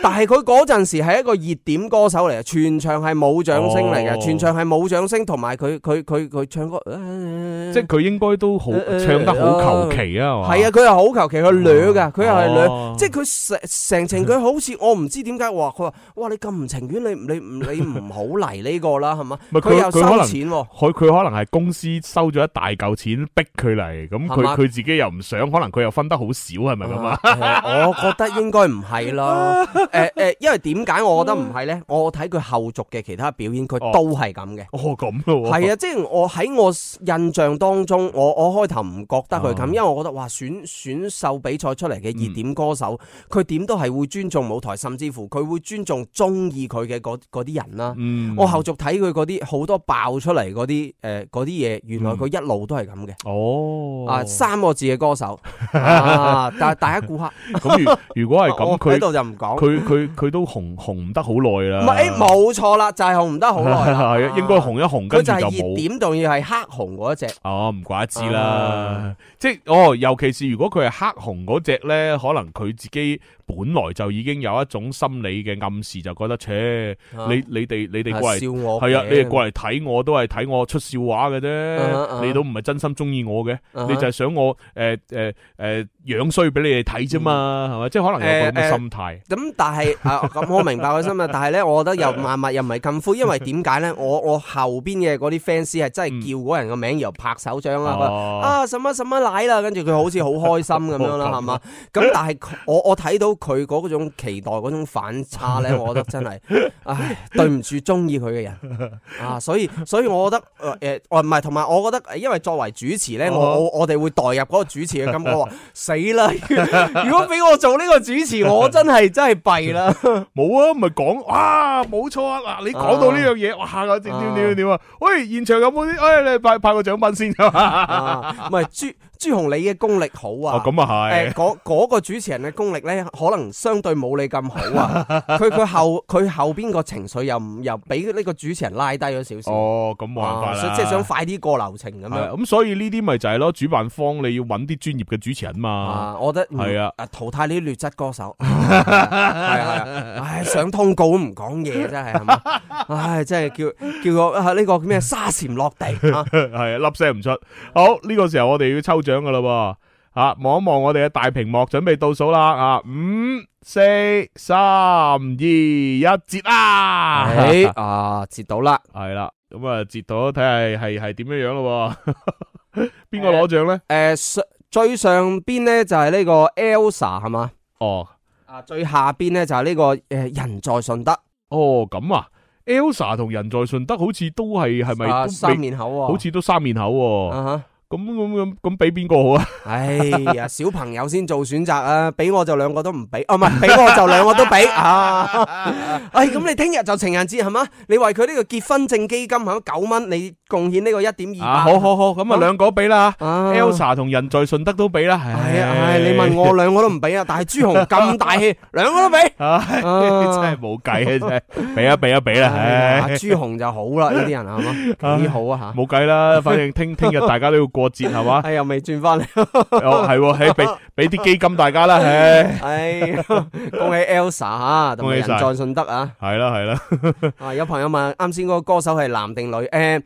Speaker 4: 但係佢嗰陣時係一個熱點歌手嚟嘅，全場係冇掌聲嚟嘅，
Speaker 3: 哦
Speaker 4: 全場係冇掌聲，同埋佢佢佢佢唱歌，呃
Speaker 3: 即係佢應該都好
Speaker 4: 誒誒
Speaker 3: 唱得好求其啊，係嘛？
Speaker 4: 呃係啊，佢係好求其，佢掠噶，佢又係掠，
Speaker 3: 哦
Speaker 4: 即係佢成成程佢好似我唔知點解話佢話，哇你咁唔情願，你你唔你唔好嚟呢個啦，係嘛？
Speaker 3: 咪佢
Speaker 4: 佢又
Speaker 3: 佢可
Speaker 4: 收
Speaker 3: 能
Speaker 4: 錢喎。
Speaker 3: 佢佢可能係公司收咗一大嚿錢逼佢嚟，咁
Speaker 4: 係
Speaker 3: 佢
Speaker 4: 嘛
Speaker 3: 佢自己又唔想，可能佢又分得好少，係咪咁啊？
Speaker 4: 啊我覺得應該唔係啦。誒誒，因為點解我覺得唔係呢？我睇佢後續嘅其他表演，佢
Speaker 3: 哦
Speaker 4: 都係咁嘅。
Speaker 3: 哦，咁咯喎，
Speaker 4: 係啊，即係我喺我印象當中，我我開頭唔覺得佢咁，
Speaker 3: 啊
Speaker 4: 因為我覺得哇，選選秀比賽出嚟嘅熱點歌手，
Speaker 3: 嗯
Speaker 4: 佢點都係會尊重舞台，甚至乎佢會尊重中意佢嘅嗰嗰啲人啦。
Speaker 3: 嗯，
Speaker 4: 我後續睇佢嗰啲好多爆出嚟嗰啲誒嗰啲嘢，原來佢一路都係咁嘅。
Speaker 3: 嗯哦，
Speaker 4: 啊，三個字嘅歌 手啊，但係大家顧客，
Speaker 3: 咁如如果係咁，
Speaker 4: 我喺
Speaker 3: 佢
Speaker 4: 度就唔講。
Speaker 3: 佢佢佢都紅紅唔得好耐啦，
Speaker 4: 唔係， 誒冇錯啦，就係紅唔得好耐啦。
Speaker 3: 係啊，應該紅一紅，
Speaker 4: 佢
Speaker 3: 跟住
Speaker 4: 就係
Speaker 3: 就
Speaker 4: 熱
Speaker 3: 冇。
Speaker 4: 點，仲要係黑紅嗰一隻。
Speaker 3: 哦，唔怪之啦
Speaker 4: 啊，
Speaker 3: 即係哦，尤其是如果佢係黑紅嗰只咧，可能佢自己本來就已經有一種心理嘅暗示，就覺得，切，你你哋你哋過嚟
Speaker 4: 啊笑我
Speaker 3: 系啊，你哋
Speaker 4: 嘅
Speaker 3: 過嚟睇我都係睇我出笑話嘅
Speaker 4: 啊哈
Speaker 3: 啫，你都唔係真心中意我嘅，
Speaker 4: 啊哈
Speaker 3: 你就係想我诶诶诶样衰俾你哋睇啫嘛，係咪？即係可能有個咁嘅
Speaker 4: 誒嗯誒
Speaker 3: 心態，
Speaker 4: 咁但係啊，咁我明白佢 心啊，但係咧，我覺得又萬物又唔係咁灰，因為點解咧？我我後邊嘅嗰啲 fans 係
Speaker 3: 嗯
Speaker 4: 真係叫嗰人個名，然後拍手掌啦，覺得
Speaker 3: 哦，
Speaker 4: 啊什麼什麼奶啦，跟住佢好似好開心咁樣啦，
Speaker 3: 哦咁
Speaker 4: 係嘛？咁但係佢我我睇到佢嗰種期待嗰種反差咧，我覺得真係，唉，對唔住中意佢嘅人啊，所以所以我覺得誒誒，我唔係同埋我覺得，因為作為主持咧，我
Speaker 3: 哦
Speaker 4: 我我哋會代入嗰個主持嘅感覺，我話死啦！ 如果俾我做呢個主持，我真係真係弊啦。
Speaker 3: 冇啊，咪講啊，冇錯啊，嗱，你講到呢樣
Speaker 4: 啊
Speaker 3: 嘢，哇，點點點點啊，喂，現場有冇啲？诶，你派派個獎品先啊，
Speaker 4: 啊唔係朱朱紅，你嘅功力好
Speaker 3: 哦
Speaker 4: 啊。，
Speaker 3: 咁啊
Speaker 4: 誒
Speaker 3: 係，
Speaker 4: 嗰嗰個主持人嘅功力咧，可能相對冇你咁 好啊。佢佢後佢後邊個情緒又唔又俾呢個主持人拉低咗少少，
Speaker 3: 哦，咁冇辦法
Speaker 4: 啊所以
Speaker 3: 啦，
Speaker 4: 即係想快啲過流程咁
Speaker 3: 係啊
Speaker 4: 樣。
Speaker 3: 咁，所以呢啲咪就係咯，主辦方你要揾啲專業嘅主持人嘛，
Speaker 4: 啊，我覺得嗯
Speaker 3: 係啊，
Speaker 4: 淘汰呢啲劣質歌手， 係啊，係啊唉，上通告都唔講嘢真 係，係嘛？唉，真係叫叫個啊呢個叫咩沙蟬落 地啊！
Speaker 3: 系啊，粒聲唔出。好，呢、個時候我哋要抽獎噶啦喎，吓、望一望我哋嘅大屏幕，準備倒數啦，啊，五、四、三、二、一，截啦，
Speaker 4: 唉啊，截到啦！
Speaker 3: 係啦，咁啊，截到睇下係係點樣樣咯喎， 邊個攞獎咧？
Speaker 4: 誒上最上邊咧就係呢個 Elsa 係嘛？
Speaker 3: 哦，
Speaker 4: 啊，最下邊咧就係呢個誒人在順德。
Speaker 3: 哦，咁啊，Elsa 同人在順德好似都係係咪
Speaker 4: 啊
Speaker 3: 都
Speaker 4: 三
Speaker 3: 俾
Speaker 4: 面口喎，
Speaker 3: 好似都三面口喎、
Speaker 4: 啊
Speaker 3: 咁咁咁咁俾邊個好啊？
Speaker 4: 哈哎呀，小朋友先做選擇啊， 俾我就兩個都唔俾，哦 唔係俾我就兩個都俾啊！ 哎，咁你聽日就情人節係嘛？你為佢呢個結婚證基金係嘛九蚊，你貢獻呢個一點
Speaker 3: 啊，
Speaker 4: 二
Speaker 3: 好好好，咁啊
Speaker 4: 啊
Speaker 3: 兩個俾啦
Speaker 4: 啊
Speaker 3: ，Elsa 同人在順德都俾啦，
Speaker 4: 係啊，唉，你問我兩個都唔俾啊，但係 朱紅咁大氣，兩個都俾。
Speaker 3: 唉，真
Speaker 4: 啊
Speaker 3: 系冇計啊！真係， 俾啊俾啊俾啦，
Speaker 4: 哎呀
Speaker 3: 唉，
Speaker 4: 朱紅就好啦，呢啲人 係嘛，幾好啊
Speaker 3: 冇計 啦，反正聽聽日大家都要過節係嘛
Speaker 4: 吓。，哎，又未轉翻嚟，
Speaker 3: 哦係喎，唉，俾俾啲基金大家 啦，唉，
Speaker 4: 哎，恭喜 Elsa 吓，同埋
Speaker 3: 恭喜
Speaker 4: 人
Speaker 3: 晒
Speaker 4: 在順德啊！
Speaker 3: 係啦係啦，
Speaker 4: 啊，有朋友問啱先嗰個歌手係男定女？誒、誒、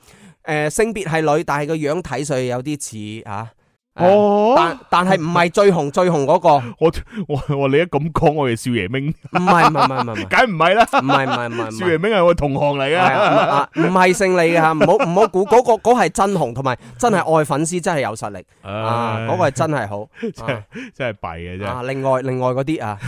Speaker 4: 性別係女，但係個樣睇上去有啲似啊。誒
Speaker 3: 哦
Speaker 4: 但但係唔係最紅最紅嗰、個？
Speaker 3: 我我我你一咁講，我哋少爺 明，
Speaker 4: 唔係唔係唔係唔係
Speaker 3: 梗唔係啦，
Speaker 4: 唔係唔係唔係唔
Speaker 3: 少
Speaker 4: 係
Speaker 3: 爺。明係我同行嚟
Speaker 4: 係啊唔
Speaker 3: 噶，
Speaker 4: 啊唔係勝利嘅嚇，唔好唔好估嗰個嗰係真紅，同埋真係愛粉絲，真係有實力啊！
Speaker 3: 唉
Speaker 4: 嗰個係真係好
Speaker 3: 係真係弊嘅
Speaker 4: 啊
Speaker 3: 啫。
Speaker 4: 啊！另外另外嗰啲啊，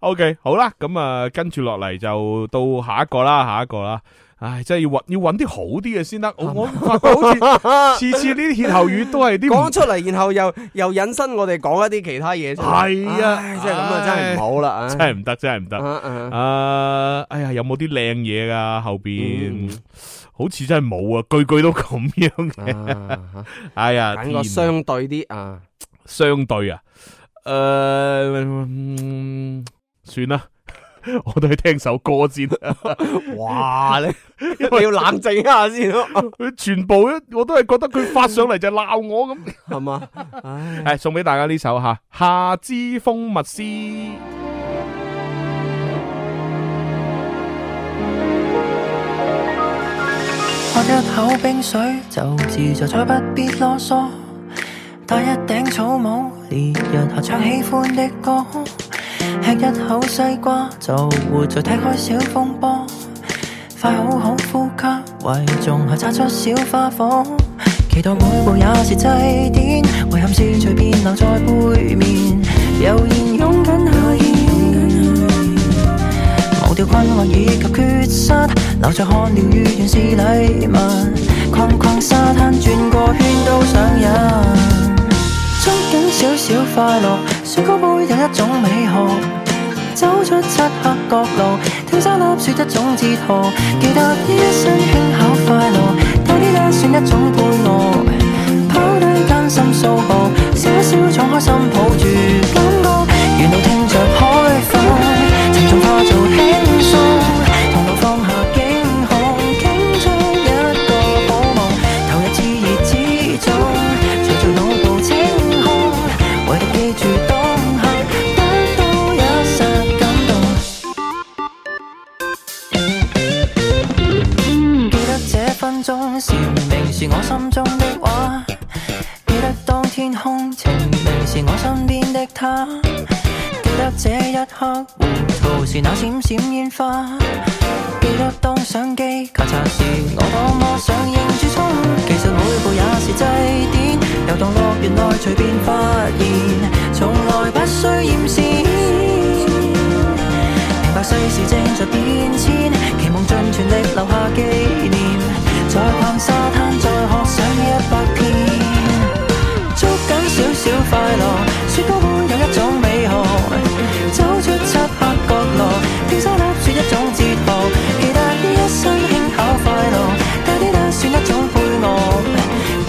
Speaker 3: O K，好啦，咁啊，跟住落嚟就到下一個啦，下一個啦。唉，真係要揾要揾啲好啲嘅先得。我我發覺好似 次次呢啲歇後語都係啲唔
Speaker 4: 講出嚟，然後又又引申我哋講一啲其他嘢出嚟。
Speaker 3: 係啊
Speaker 4: 唉真係咁啊，真係唔好啦，唉
Speaker 3: 真係唔得，真係唔得。
Speaker 4: 啊啊
Speaker 3: 啊！哎呀，有冇啲靚嘢噶後边？
Speaker 4: 嗯
Speaker 3: 好似真係冇啊，句句都咁樣 嘅。
Speaker 4: 啊
Speaker 3: 哎呀，
Speaker 4: 揀個
Speaker 3: 天
Speaker 4: 相對啲啊，
Speaker 3: 相對啊，诶、嗯算啦， 我都係聽首歌先。啊
Speaker 4: 哇！你你要冷靜一下先咯，
Speaker 3: 佢 全部一我都係覺得佢發上嚟就鬧我 咁。
Speaker 4: 係嘛？唉，
Speaker 3: 系送俾大家呢首吓《夏之蜂蜜絲》。
Speaker 7: 喝一口冰水就自在，再不必啰嗦。戴一頂草帽，烈日下唱喜歡的歌。吃一口西瓜就活在踢開小風波。快好好呼吸，為仲夏擦出小花火。期待每步也是祭典，遺憾是隨便留在背面，悠然勇敢下咽。忘掉困惑以及缺失，留在汗聊與原是禮物。逛逛沙灘，轉個圈都上癮。捉緊少少快樂，雪糕杯有一種美學。走出漆黑角落，跳沙粒説一種哲學，記得呢一生輕巧快樂，大啲咧算一種配樂，拋低艱辛數學，笑一笑敞開心抱住感覺，沿路聽着海風，沉重化做輕鬆，同路放下驚恐，傾出一個好夢，投入熾熱之中，隨住腦部清空，唯獨記住當下，得到一剎感動。記得這分鐘，蟬鳴是我心中的畫。記得當天空晴明是我身邊的他。記得這一刻，糊塗是那閃閃煙花。記得當相機咔嚓時，我多麼想認住衝。其實每步也是祭典，遊蕩樂園內隨便發現，從來不需驗線。明白世事正在變遷，期望盡全力留下紀念。再逛沙灘，再學上一百遍，捉緊少少快樂，雪糕杯有一種美學，走出漆黑角落，天沙粒算一種哲學，記得呢一生輕巧快樂，大啲咧算一種配樂，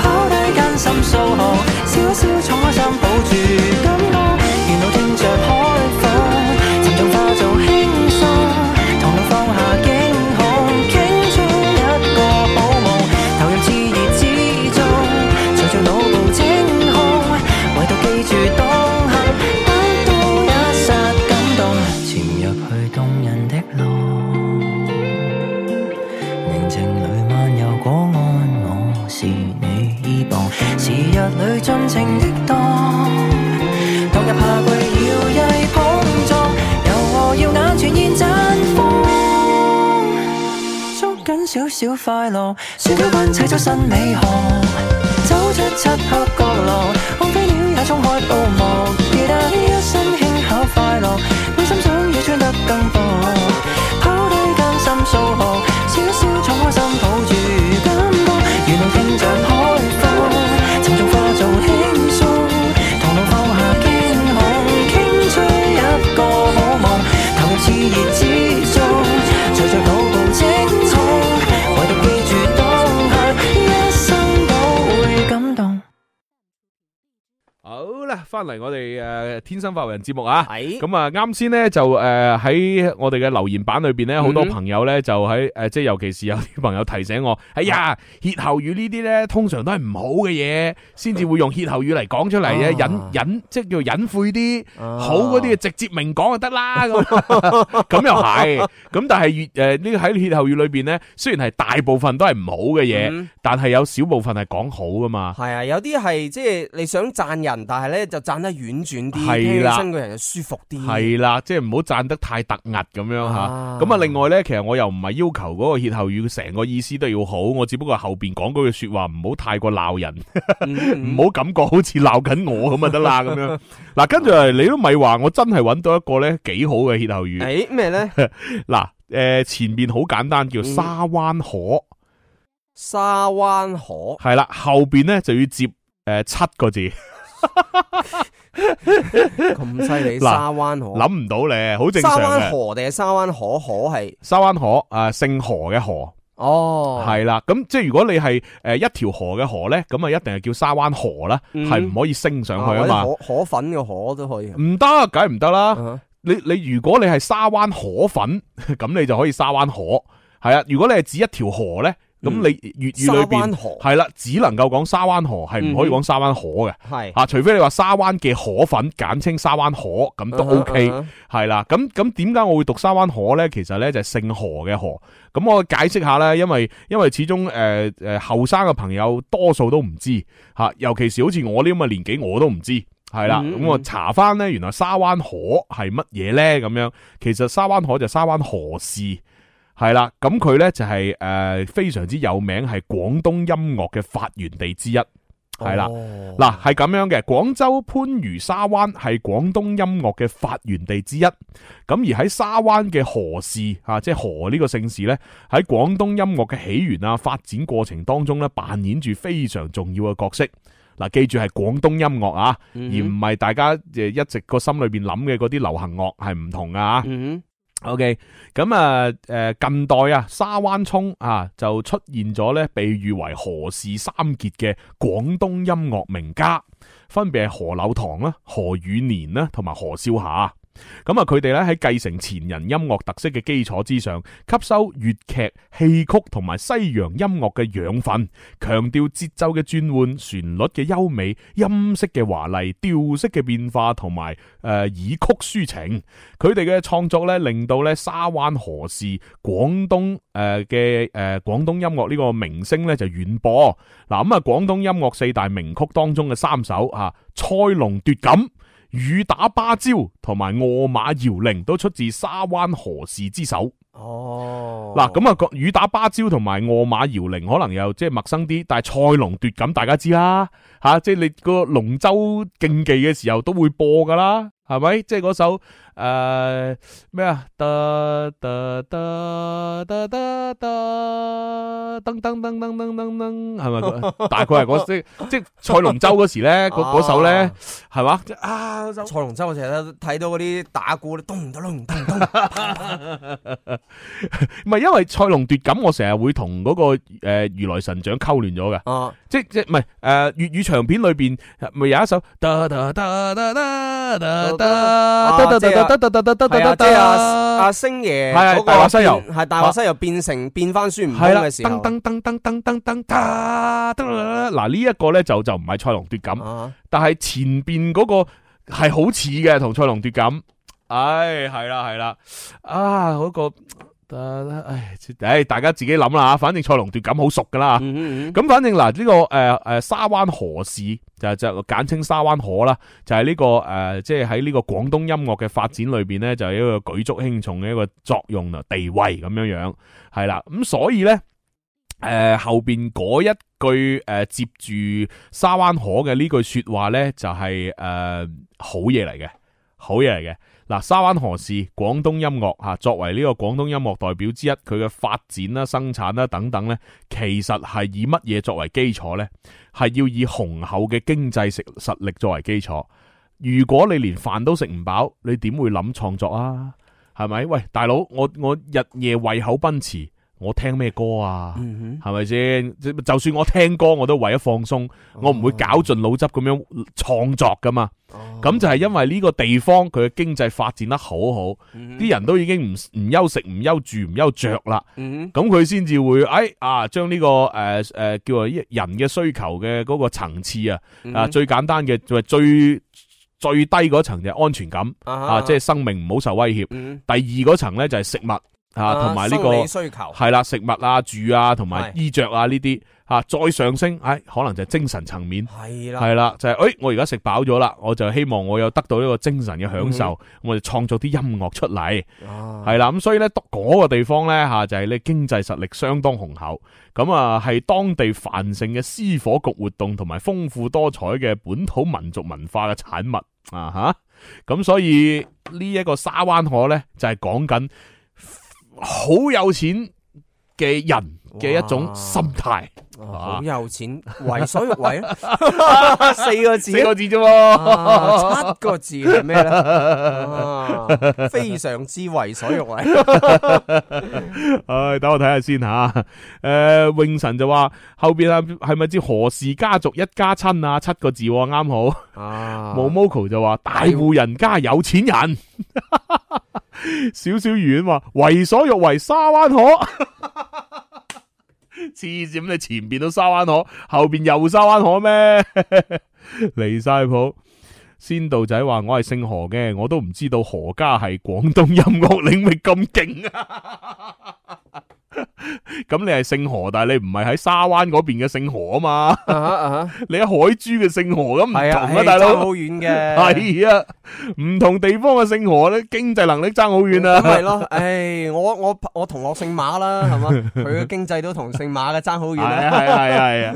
Speaker 7: 拋低艱辛數學，笑一笑敞開心抱住感覺，沿路聽着海風。沉重化做輕鬆，同路放下驚恐，傾出一個好夢，投入熾熱之中，隨着腦部清空，唯獨記住當下，得到一剎感動，潛入去動人的浪，寧靜裏漫遊果安我是你依傍，時日裏盡情的蕩。當入夏季搖曳碰撞，柔和耀眼全現綻放。捉緊少少快樂，雪糕班砌出新美學，走出漆黑角落，放飛鳥也衝開布幕，記得呢一生輕巧快樂，滿心想要穿得更薄，拋低艱辛數學，笑一笑敞開心抱住感覺，沿路聽着海風，沉重化做輕鬆。同路放下驚恐，傾出一個好夢，投入熾熱之中，隨着腦部清空，唯獨記住當下，一生都會感動。
Speaker 3: 好啦，翻嚟我哋诶天生發為人節目啊。
Speaker 4: 係
Speaker 3: 咁啊，啱先咧就诶喺我哋嘅留言板裏边咧，好多
Speaker 4: 嗯哼
Speaker 3: 朋友咧就喺诶，即係尤其是有啲朋友提醒我，哎呀，
Speaker 4: 嗯
Speaker 3: 歇後語呢啲咧通常都係唔好嘅嘢，先至會用歇後語嚟講出嚟嘅，
Speaker 4: 啊
Speaker 3: 隱隱即係叫隱晦啲。
Speaker 4: 啊
Speaker 3: 好嗰啲就直接明講就得啦，咁 咁又係，咁但係粵诶呢個喺歇後語裏边咧，雖然係大部分都係唔好嘅嘢，
Speaker 4: 嗯
Speaker 3: 但係有少部分係講好噶嘛。
Speaker 4: 係啊，有啲係即係你想讚人，但係咧就讚得婉轉啲，聽
Speaker 3: 係
Speaker 4: 起
Speaker 3: 啦
Speaker 4: 身個人就舒服啲。
Speaker 3: 係啦，即係唔好讚得太突兀咁樣吓。
Speaker 4: 嗯啊
Speaker 3: 咁啊，另外咧，其實我又唔係要求嗰個歇後語成個意思都要好，我只不過後边講嗰句说話唔好太過鬧 人，
Speaker 4: 嗯，
Speaker 3: 唔好感覺好似鬧緊我咁就得啦咁 樣。嗱，跟住嚟你都咪話我真係揾到一個咧幾好嘅歇後語。
Speaker 4: 诶咩咧？
Speaker 3: 嗱，诶前面好簡單，
Speaker 4: 嗯
Speaker 3: 叫沙灣河，
Speaker 4: 沙灣河
Speaker 3: 係啦，後边咧就要接诶七個字，
Speaker 4: 咁犀
Speaker 3: 嗱
Speaker 4: 利，沙灣河，
Speaker 3: 諗唔到咧，好正
Speaker 4: 哦沙
Speaker 3: 常
Speaker 4: 灣
Speaker 3: 嘅。
Speaker 4: 河定係沙灣河？河係
Speaker 3: 沙灣河啊，姓河嘅河
Speaker 4: 哦，
Speaker 3: 係啦，咁即係如果你係诶一條河嘅河咧，咁啊一定係叫沙灣河啦，
Speaker 4: 嗯
Speaker 3: 係唔可以升上去啊
Speaker 4: 啊或者
Speaker 3: 嘛，嗯
Speaker 4: 河河粉嘅河都可以。
Speaker 3: 唔得，梗係唔得啦。
Speaker 4: 啊
Speaker 3: 你你如果你係沙灣河粉， 咁你就可以沙灣河，係啊。如果你係指一條河咧，咁
Speaker 4: 嗯
Speaker 3: 你粵
Speaker 4: 沙
Speaker 3: 語裏
Speaker 4: 灣
Speaker 3: 邊
Speaker 4: 河嗯
Speaker 3: 係啦，只能夠講沙灣河，係唔可以講沙灣河嘅。
Speaker 4: 係
Speaker 3: 啊，除非你話沙灣嘅河粉，簡稱沙灣河，咁都 OK，
Speaker 4: 啊
Speaker 3: 係啦。咁咁點解我會讀沙灣河咧？其實咧就係姓何嘅河。咁我解釋下啦，因為因為始終誒誒後生嘅朋友多數都唔知嚇、尤其是好似我呢咁嘅年紀，我都唔知。係啦，
Speaker 4: 嗯
Speaker 3: 咁我查翻咧，原來沙灣河係乜嘢咧？咁樣其實沙灣河就沙灣河市。係啦，咁佢咧就係呃非常之有名，係廣東音樂嘅發源地之一，係啦。
Speaker 4: 哦
Speaker 3: 嗱，係咁樣嘅，廣州番禺沙灣係廣東音樂嘅發源地之一。咁而喺沙灣嘅河市啊，即係河呢個姓氏呢，喺廣東音樂嘅起源啊、發展過程當中呢，扮演住非常重要嘅角色。嗱，記住係廣東音樂啊，而
Speaker 4: 嗯
Speaker 3: 唔係大家呃一直個心裏邊諗嘅嗰啲流行樂係唔同啊。
Speaker 4: 嗯
Speaker 3: O.K. 咁啊，诶，近代啊，沙灣涌啊，就出現咗咧，被譽為何氏三傑嘅廣東音樂名家，分別係何柳堂啦、何宇年啦，同埋何少霞。咁啊，佢哋咧喺繼承前人音樂特色嘅基礎之上，吸收粵劇、戲曲同埋西洋音樂嘅養分，強調節奏嘅轉換、旋律嘅優美、音色嘅華麗、調式嘅變化同埋诶以曲抒情。佢哋嘅創作咧，令到咧沙灣河市廣東誒嘅誒廣東音樂呢個名聲咧就遠播。嗱咁啊，廣東音樂四大名曲當中嘅三首啊，《賽龍奪錦》。雨打芭蕉同埋卧馬搖鈴都出自沙灣河市之手。
Speaker 4: 哦，
Speaker 3: 嗱咁啊，個雨打芭蕉同埋卧馬搖鈴可能又即係陌生啲，但係賽龍奪錦大家知啦，吓、即係你個龍舟競技嘅時候都會播噶啦，係咪？即係嗰首诶咩啊？得得得得得得噔噔噔噔噔噔噔，係咪？大概係嗰即即係賽龍舟嗰時咧，嗰嗰首咧
Speaker 4: 啊
Speaker 3: 係嘛？即係
Speaker 4: 啊，蔡龍舟我成日都睇到嗰啲打鼓，咚咚咚咚咚，
Speaker 3: 唔係因為賽龍奪錦，我成日會同嗰個诶如來神掌溝亂咗嘅。
Speaker 4: 啊，
Speaker 3: 即即唔系诶粵語長片裏边咪有一首哒哒哒哒哒哒哒
Speaker 4: 哦
Speaker 3: 哒哒哒哒哒哒哒
Speaker 4: 係啊，
Speaker 3: 哒
Speaker 4: 即
Speaker 3: 哒
Speaker 4: 係阿
Speaker 3: 哒
Speaker 4: 阿，星爺
Speaker 3: 係係
Speaker 4: 嗰個
Speaker 3: 大話西遊啊
Speaker 4: 變係大話西遊變成變翻孫悟空
Speaker 3: 係啦，
Speaker 4: 嘅時
Speaker 3: 噔
Speaker 4: 候，
Speaker 3: 噔噔噔噔噔噔哒噔嗱呢一個咧就就唔係賽龍奪錦，
Speaker 4: 啊，
Speaker 3: 但係前邊嗰個係好似嘅同賽龍奪錦，唉係啦係啦，啊嗰個唉唉大家自己諗啦反正賽龍奪錦好熟噶啦。
Speaker 4: 嗯嗯
Speaker 3: 咁反正嗱，呢、個誒誒、呃沙灣河市就就簡稱沙灣河啦，就係、呢、個呃即係喺呢個廣東音樂嘅發展裏邊咧，就有一個舉足輕重嘅一個作用啊地位咁樣樣，係啦，咁所以咧誒、呃、後邊嗰一句誒、呃接住沙灣河嘅呢句説話咧，就係、呃好嘢嚟嘅，好嘢嚟嘅。嗱，沙灣河市廣東音樂嚇，作為呢個廣東音樂代表之一，佢嘅發展啦、生產啦等等咧，其實係以乜嘢作為基礎呢？係要以雄厚嘅經濟實實力作為基礎。如果你連飯都食唔飽，你點會諗創作啊？係咪？喂，大佬，我我日夜為口奔馳，我聽咩歌啊？
Speaker 4: 嗯
Speaker 3: 係咪先？即就算我聽歌，我都為咗放鬆，我唔會搞盡腦汁咁樣創作噶嘛。
Speaker 4: 哼，
Speaker 3: 咁就係因為呢個地方佢嘅經濟發展得好好，啲
Speaker 4: 啲
Speaker 3: 人都已經唔唔休息、唔休住、唔休着啦。
Speaker 4: 人，
Speaker 3: 咁佢先至會，哎啊，將呢、個誒誒、呃叫做人嘅需求嘅嗰個層次啊，啊最簡單嘅就係最最低嗰層就係安全感啊，即係生命唔好受威脅。
Speaker 4: 係
Speaker 3: 第二嗰層咧就係食物啊，同埋呢個
Speaker 4: 需求，
Speaker 3: 係啦，食物啊、住啊，同埋
Speaker 4: 係
Speaker 3: 衣着啊呢啲啊，再上升，哎，可能就係精神層面。
Speaker 4: 係啦，
Speaker 3: 係啦，就係诶，哎我而家食飽咗啦，我就希望我有得到呢個精神嘅享
Speaker 4: 嗯
Speaker 3: 受，我就創作啲音樂出嚟。系
Speaker 4: 係
Speaker 3: 啦，咁所以咧，當嗰個地方咧吓，就係你經濟實力相當雄厚，咁啊係當地繁盛嘅私火局活動同埋豐富多彩嘅本土民族文化嘅產物啊吓，咁所以呢一個沙灣河咧就係講緊好有錢嘅人嘅一種
Speaker 4: 哇
Speaker 3: 心態，
Speaker 4: 哦
Speaker 3: 啊
Speaker 4: 好有錢，為所欲為啊！ 四個字
Speaker 3: 四，個字啫喎。
Speaker 4: 啊七個字係咩咧？ 啊非常之為所欲為。
Speaker 3: 唉，等我睇下先吓。 诶、永神就話後边啊，係咪知何氏家族一家親啊？七個字喎啱、好。
Speaker 4: 啊
Speaker 3: 毛 Moco 就話大户人家有錢人。 少少遠話為所欲為沙灣河。 黐線，咁你前边都沙灣河，後边又沙灣河咩？ 離晒譜。先導仔話我係姓何嘅，我都唔知道何家係廣東音樂領域咁勁 啊！咁你係姓何，但係你唔係喺沙灣嗰邊嘅姓何啊嘛，
Speaker 4: 啊哈啊哈，
Speaker 3: 你喺海珠嘅姓何咁唔
Speaker 4: 係啊，
Speaker 3: 同啊，
Speaker 4: 唉
Speaker 3: 大
Speaker 4: 爭
Speaker 3: 佬
Speaker 4: 好。遠 嘅。
Speaker 3: 系啊，唔同地方嘅姓何咧，經濟能力爭好遠
Speaker 4: 咁咪
Speaker 3: 啊。
Speaker 4: 咯，唉，我我我同學姓馬啦，係 嘛，佢嘅經濟都同姓馬嘅爭好遠
Speaker 3: 係啊
Speaker 4: 啦。
Speaker 3: 係啊係啊係啊，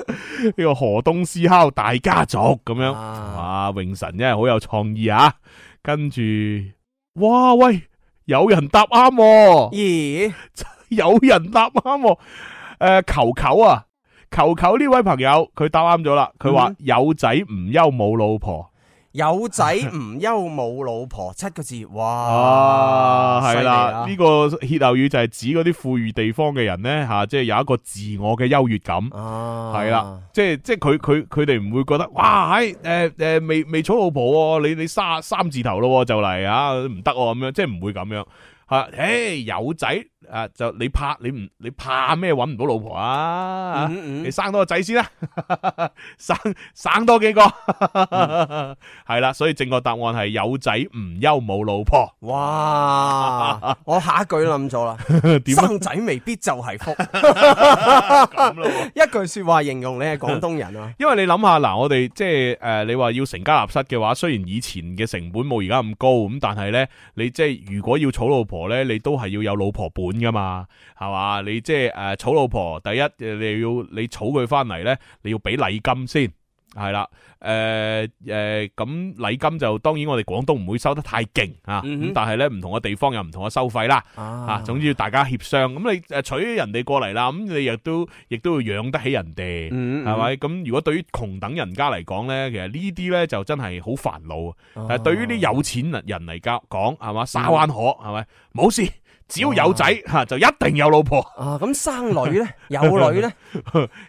Speaker 3: 呢個河東獅烤大家族咁樣，
Speaker 4: 啊
Speaker 3: 啊，榮神真係好有創意啊！跟住，哇喂，有人答啱喎，
Speaker 4: 咦，
Speaker 3: 有人答啱喎，诶，球球啊，球球呢位朋友佢答啱咗啦，佢
Speaker 4: 嗯
Speaker 3: 話有仔唔憂冇老婆，
Speaker 4: 有仔唔憂冇老婆，七個字，哇
Speaker 3: 啊，，係啦，呢
Speaker 4: 犀利
Speaker 3: 個歇後語就係指嗰啲富裕地方嘅人咧吓，即係有一個自我嘅優越感。
Speaker 4: 啊啊，
Speaker 3: 係啦，即係即系佢佢佢哋唔會覺得哇，喺诶诶未未娶老婆喎，你你三三字頭咯喎就嚟啊，唔得喎咁樣，即係唔會咁樣吓。诶有仔啊，就你怕你唔你怕咩搵唔到老婆啊？
Speaker 4: 嗯
Speaker 3: 你
Speaker 4: 嗯，
Speaker 3: 生多個仔先啦， 生生多幾個
Speaker 4: 嗯
Speaker 3: 係啦，所以正確答案係有仔唔憂冇老婆。
Speaker 4: 哇，我下一句都諗咗啦，
Speaker 3: 點啊
Speaker 4: 生仔未必就 係福，
Speaker 3: 咁咯喎？
Speaker 4: 一句说話形容你係廣東人 啊，
Speaker 3: 因為你諗下嗱，我哋即係诶、呃你話要成家立室嘅話，雖然以前嘅成本冇而家咁高，咁但係呢，你即係如果要娶老婆呢，你都係要有老婆本噶嘛，係嘛？你即係诶娶老婆，第一呃你要你娶佢翻嚟呢，你要俾禮金先。係啦，诶、诶，咁、禮金就當然我哋廣東唔會收得太勁啊，咁、
Speaker 4: 嗯哼
Speaker 3: 但係呢，唔同嘅地方有唔同嘅收費啦。啊，
Speaker 4: 啊
Speaker 3: 總之要大家協商。咁你誒娶咗人哋過嚟啦，咁你亦都亦都要養得起人哋，
Speaker 4: 嗯嗯
Speaker 3: 係咪？咁如果對於窮等人家嚟講咧，其實呢啲咧就真係好煩惱。
Speaker 4: 啊
Speaker 3: 但係對於啲有錢人人嚟講，講係
Speaker 4: 嗯
Speaker 3: 嘛，沙灣河係咪冇事？只要有仔嚇，就一定有老婆，
Speaker 4: 啊，咁生女咧，有女咧，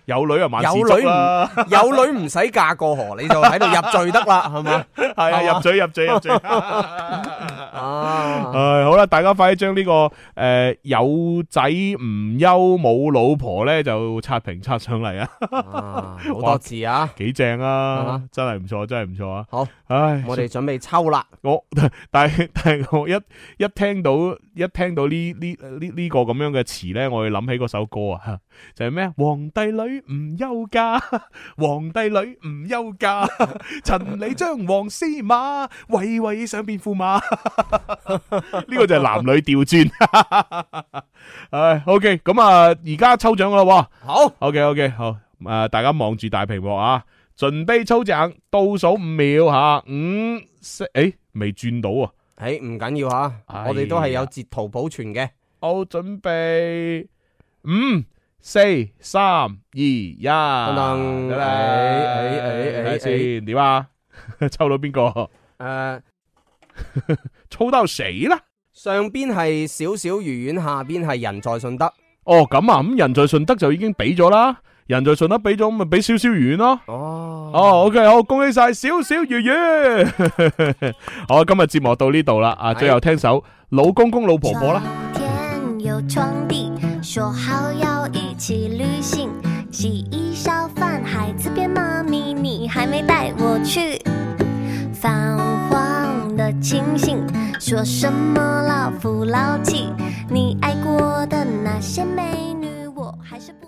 Speaker 3: 有女啊 萬事
Speaker 4: 有
Speaker 3: 足
Speaker 4: 女唔
Speaker 3: 啦，
Speaker 4: 有女唔使嫁過河，你就喺度入罪得啦，係嘛？
Speaker 3: 係啊，入嘴入嘴 入嘴。
Speaker 4: 啊，
Speaker 3: 诶，好啦，大家快啲將呢個诶有仔唔憂冇老婆咧，就刷屏刷上嚟啊！
Speaker 4: 啊好多字啊！
Speaker 3: 几正啊
Speaker 4: 啊！
Speaker 3: 真係唔錯，真係唔錯啊！
Speaker 4: 好，
Speaker 3: 唉，
Speaker 4: 我 哋準備抽啦，
Speaker 3: 我 但係但係我一一聽到一聽到呢呢呢呢個咁樣嘅詞咧，我會諗起嗰首歌啊， 就係咩皇帝女唔休假， 皇帝女唔休假， 陳李張黃司馬，位位上邊驸馬。 呢個就係男女調轉。 唉，OK，咁啊，而家抽獎噶啦喎。
Speaker 4: 好，
Speaker 3: OK OK，好，诶、大家望住大屏幕啊，準備抽獎，倒數五秒吓，五四，诶、未轉到啊，
Speaker 4: 诶，唔緊要吓，
Speaker 3: 哎
Speaker 4: 我哋都係有截圖保存嘅。
Speaker 3: 好，準備五四三二一，
Speaker 4: 噔噔
Speaker 3: 得啦
Speaker 4: 哎哎哎
Speaker 3: 睇下
Speaker 4: 哎
Speaker 3: 先點啊？ 抽到邊個？
Speaker 4: 诶，
Speaker 3: 抽到誰啦？
Speaker 4: 上邊係小小魚丸，下邊係人在順德。
Speaker 3: 哦，咁啊，咁人在順德就已經俾咗啦，人在順德俾咗，咁咪俾少少遠咯。
Speaker 4: 哦，
Speaker 3: 哦，OK，好，恭喜晒小小魚魚。好，今日節目到呢度啦，啊，最後聽首《老公公老婆婆》啦。
Speaker 8: 天有床地，说好要一起旅行。洗衣烧饭，孩子变妈咪，你还没带我去。泛黄的清醒，说什么老夫老妻？你爱过的那些美女，我还是不。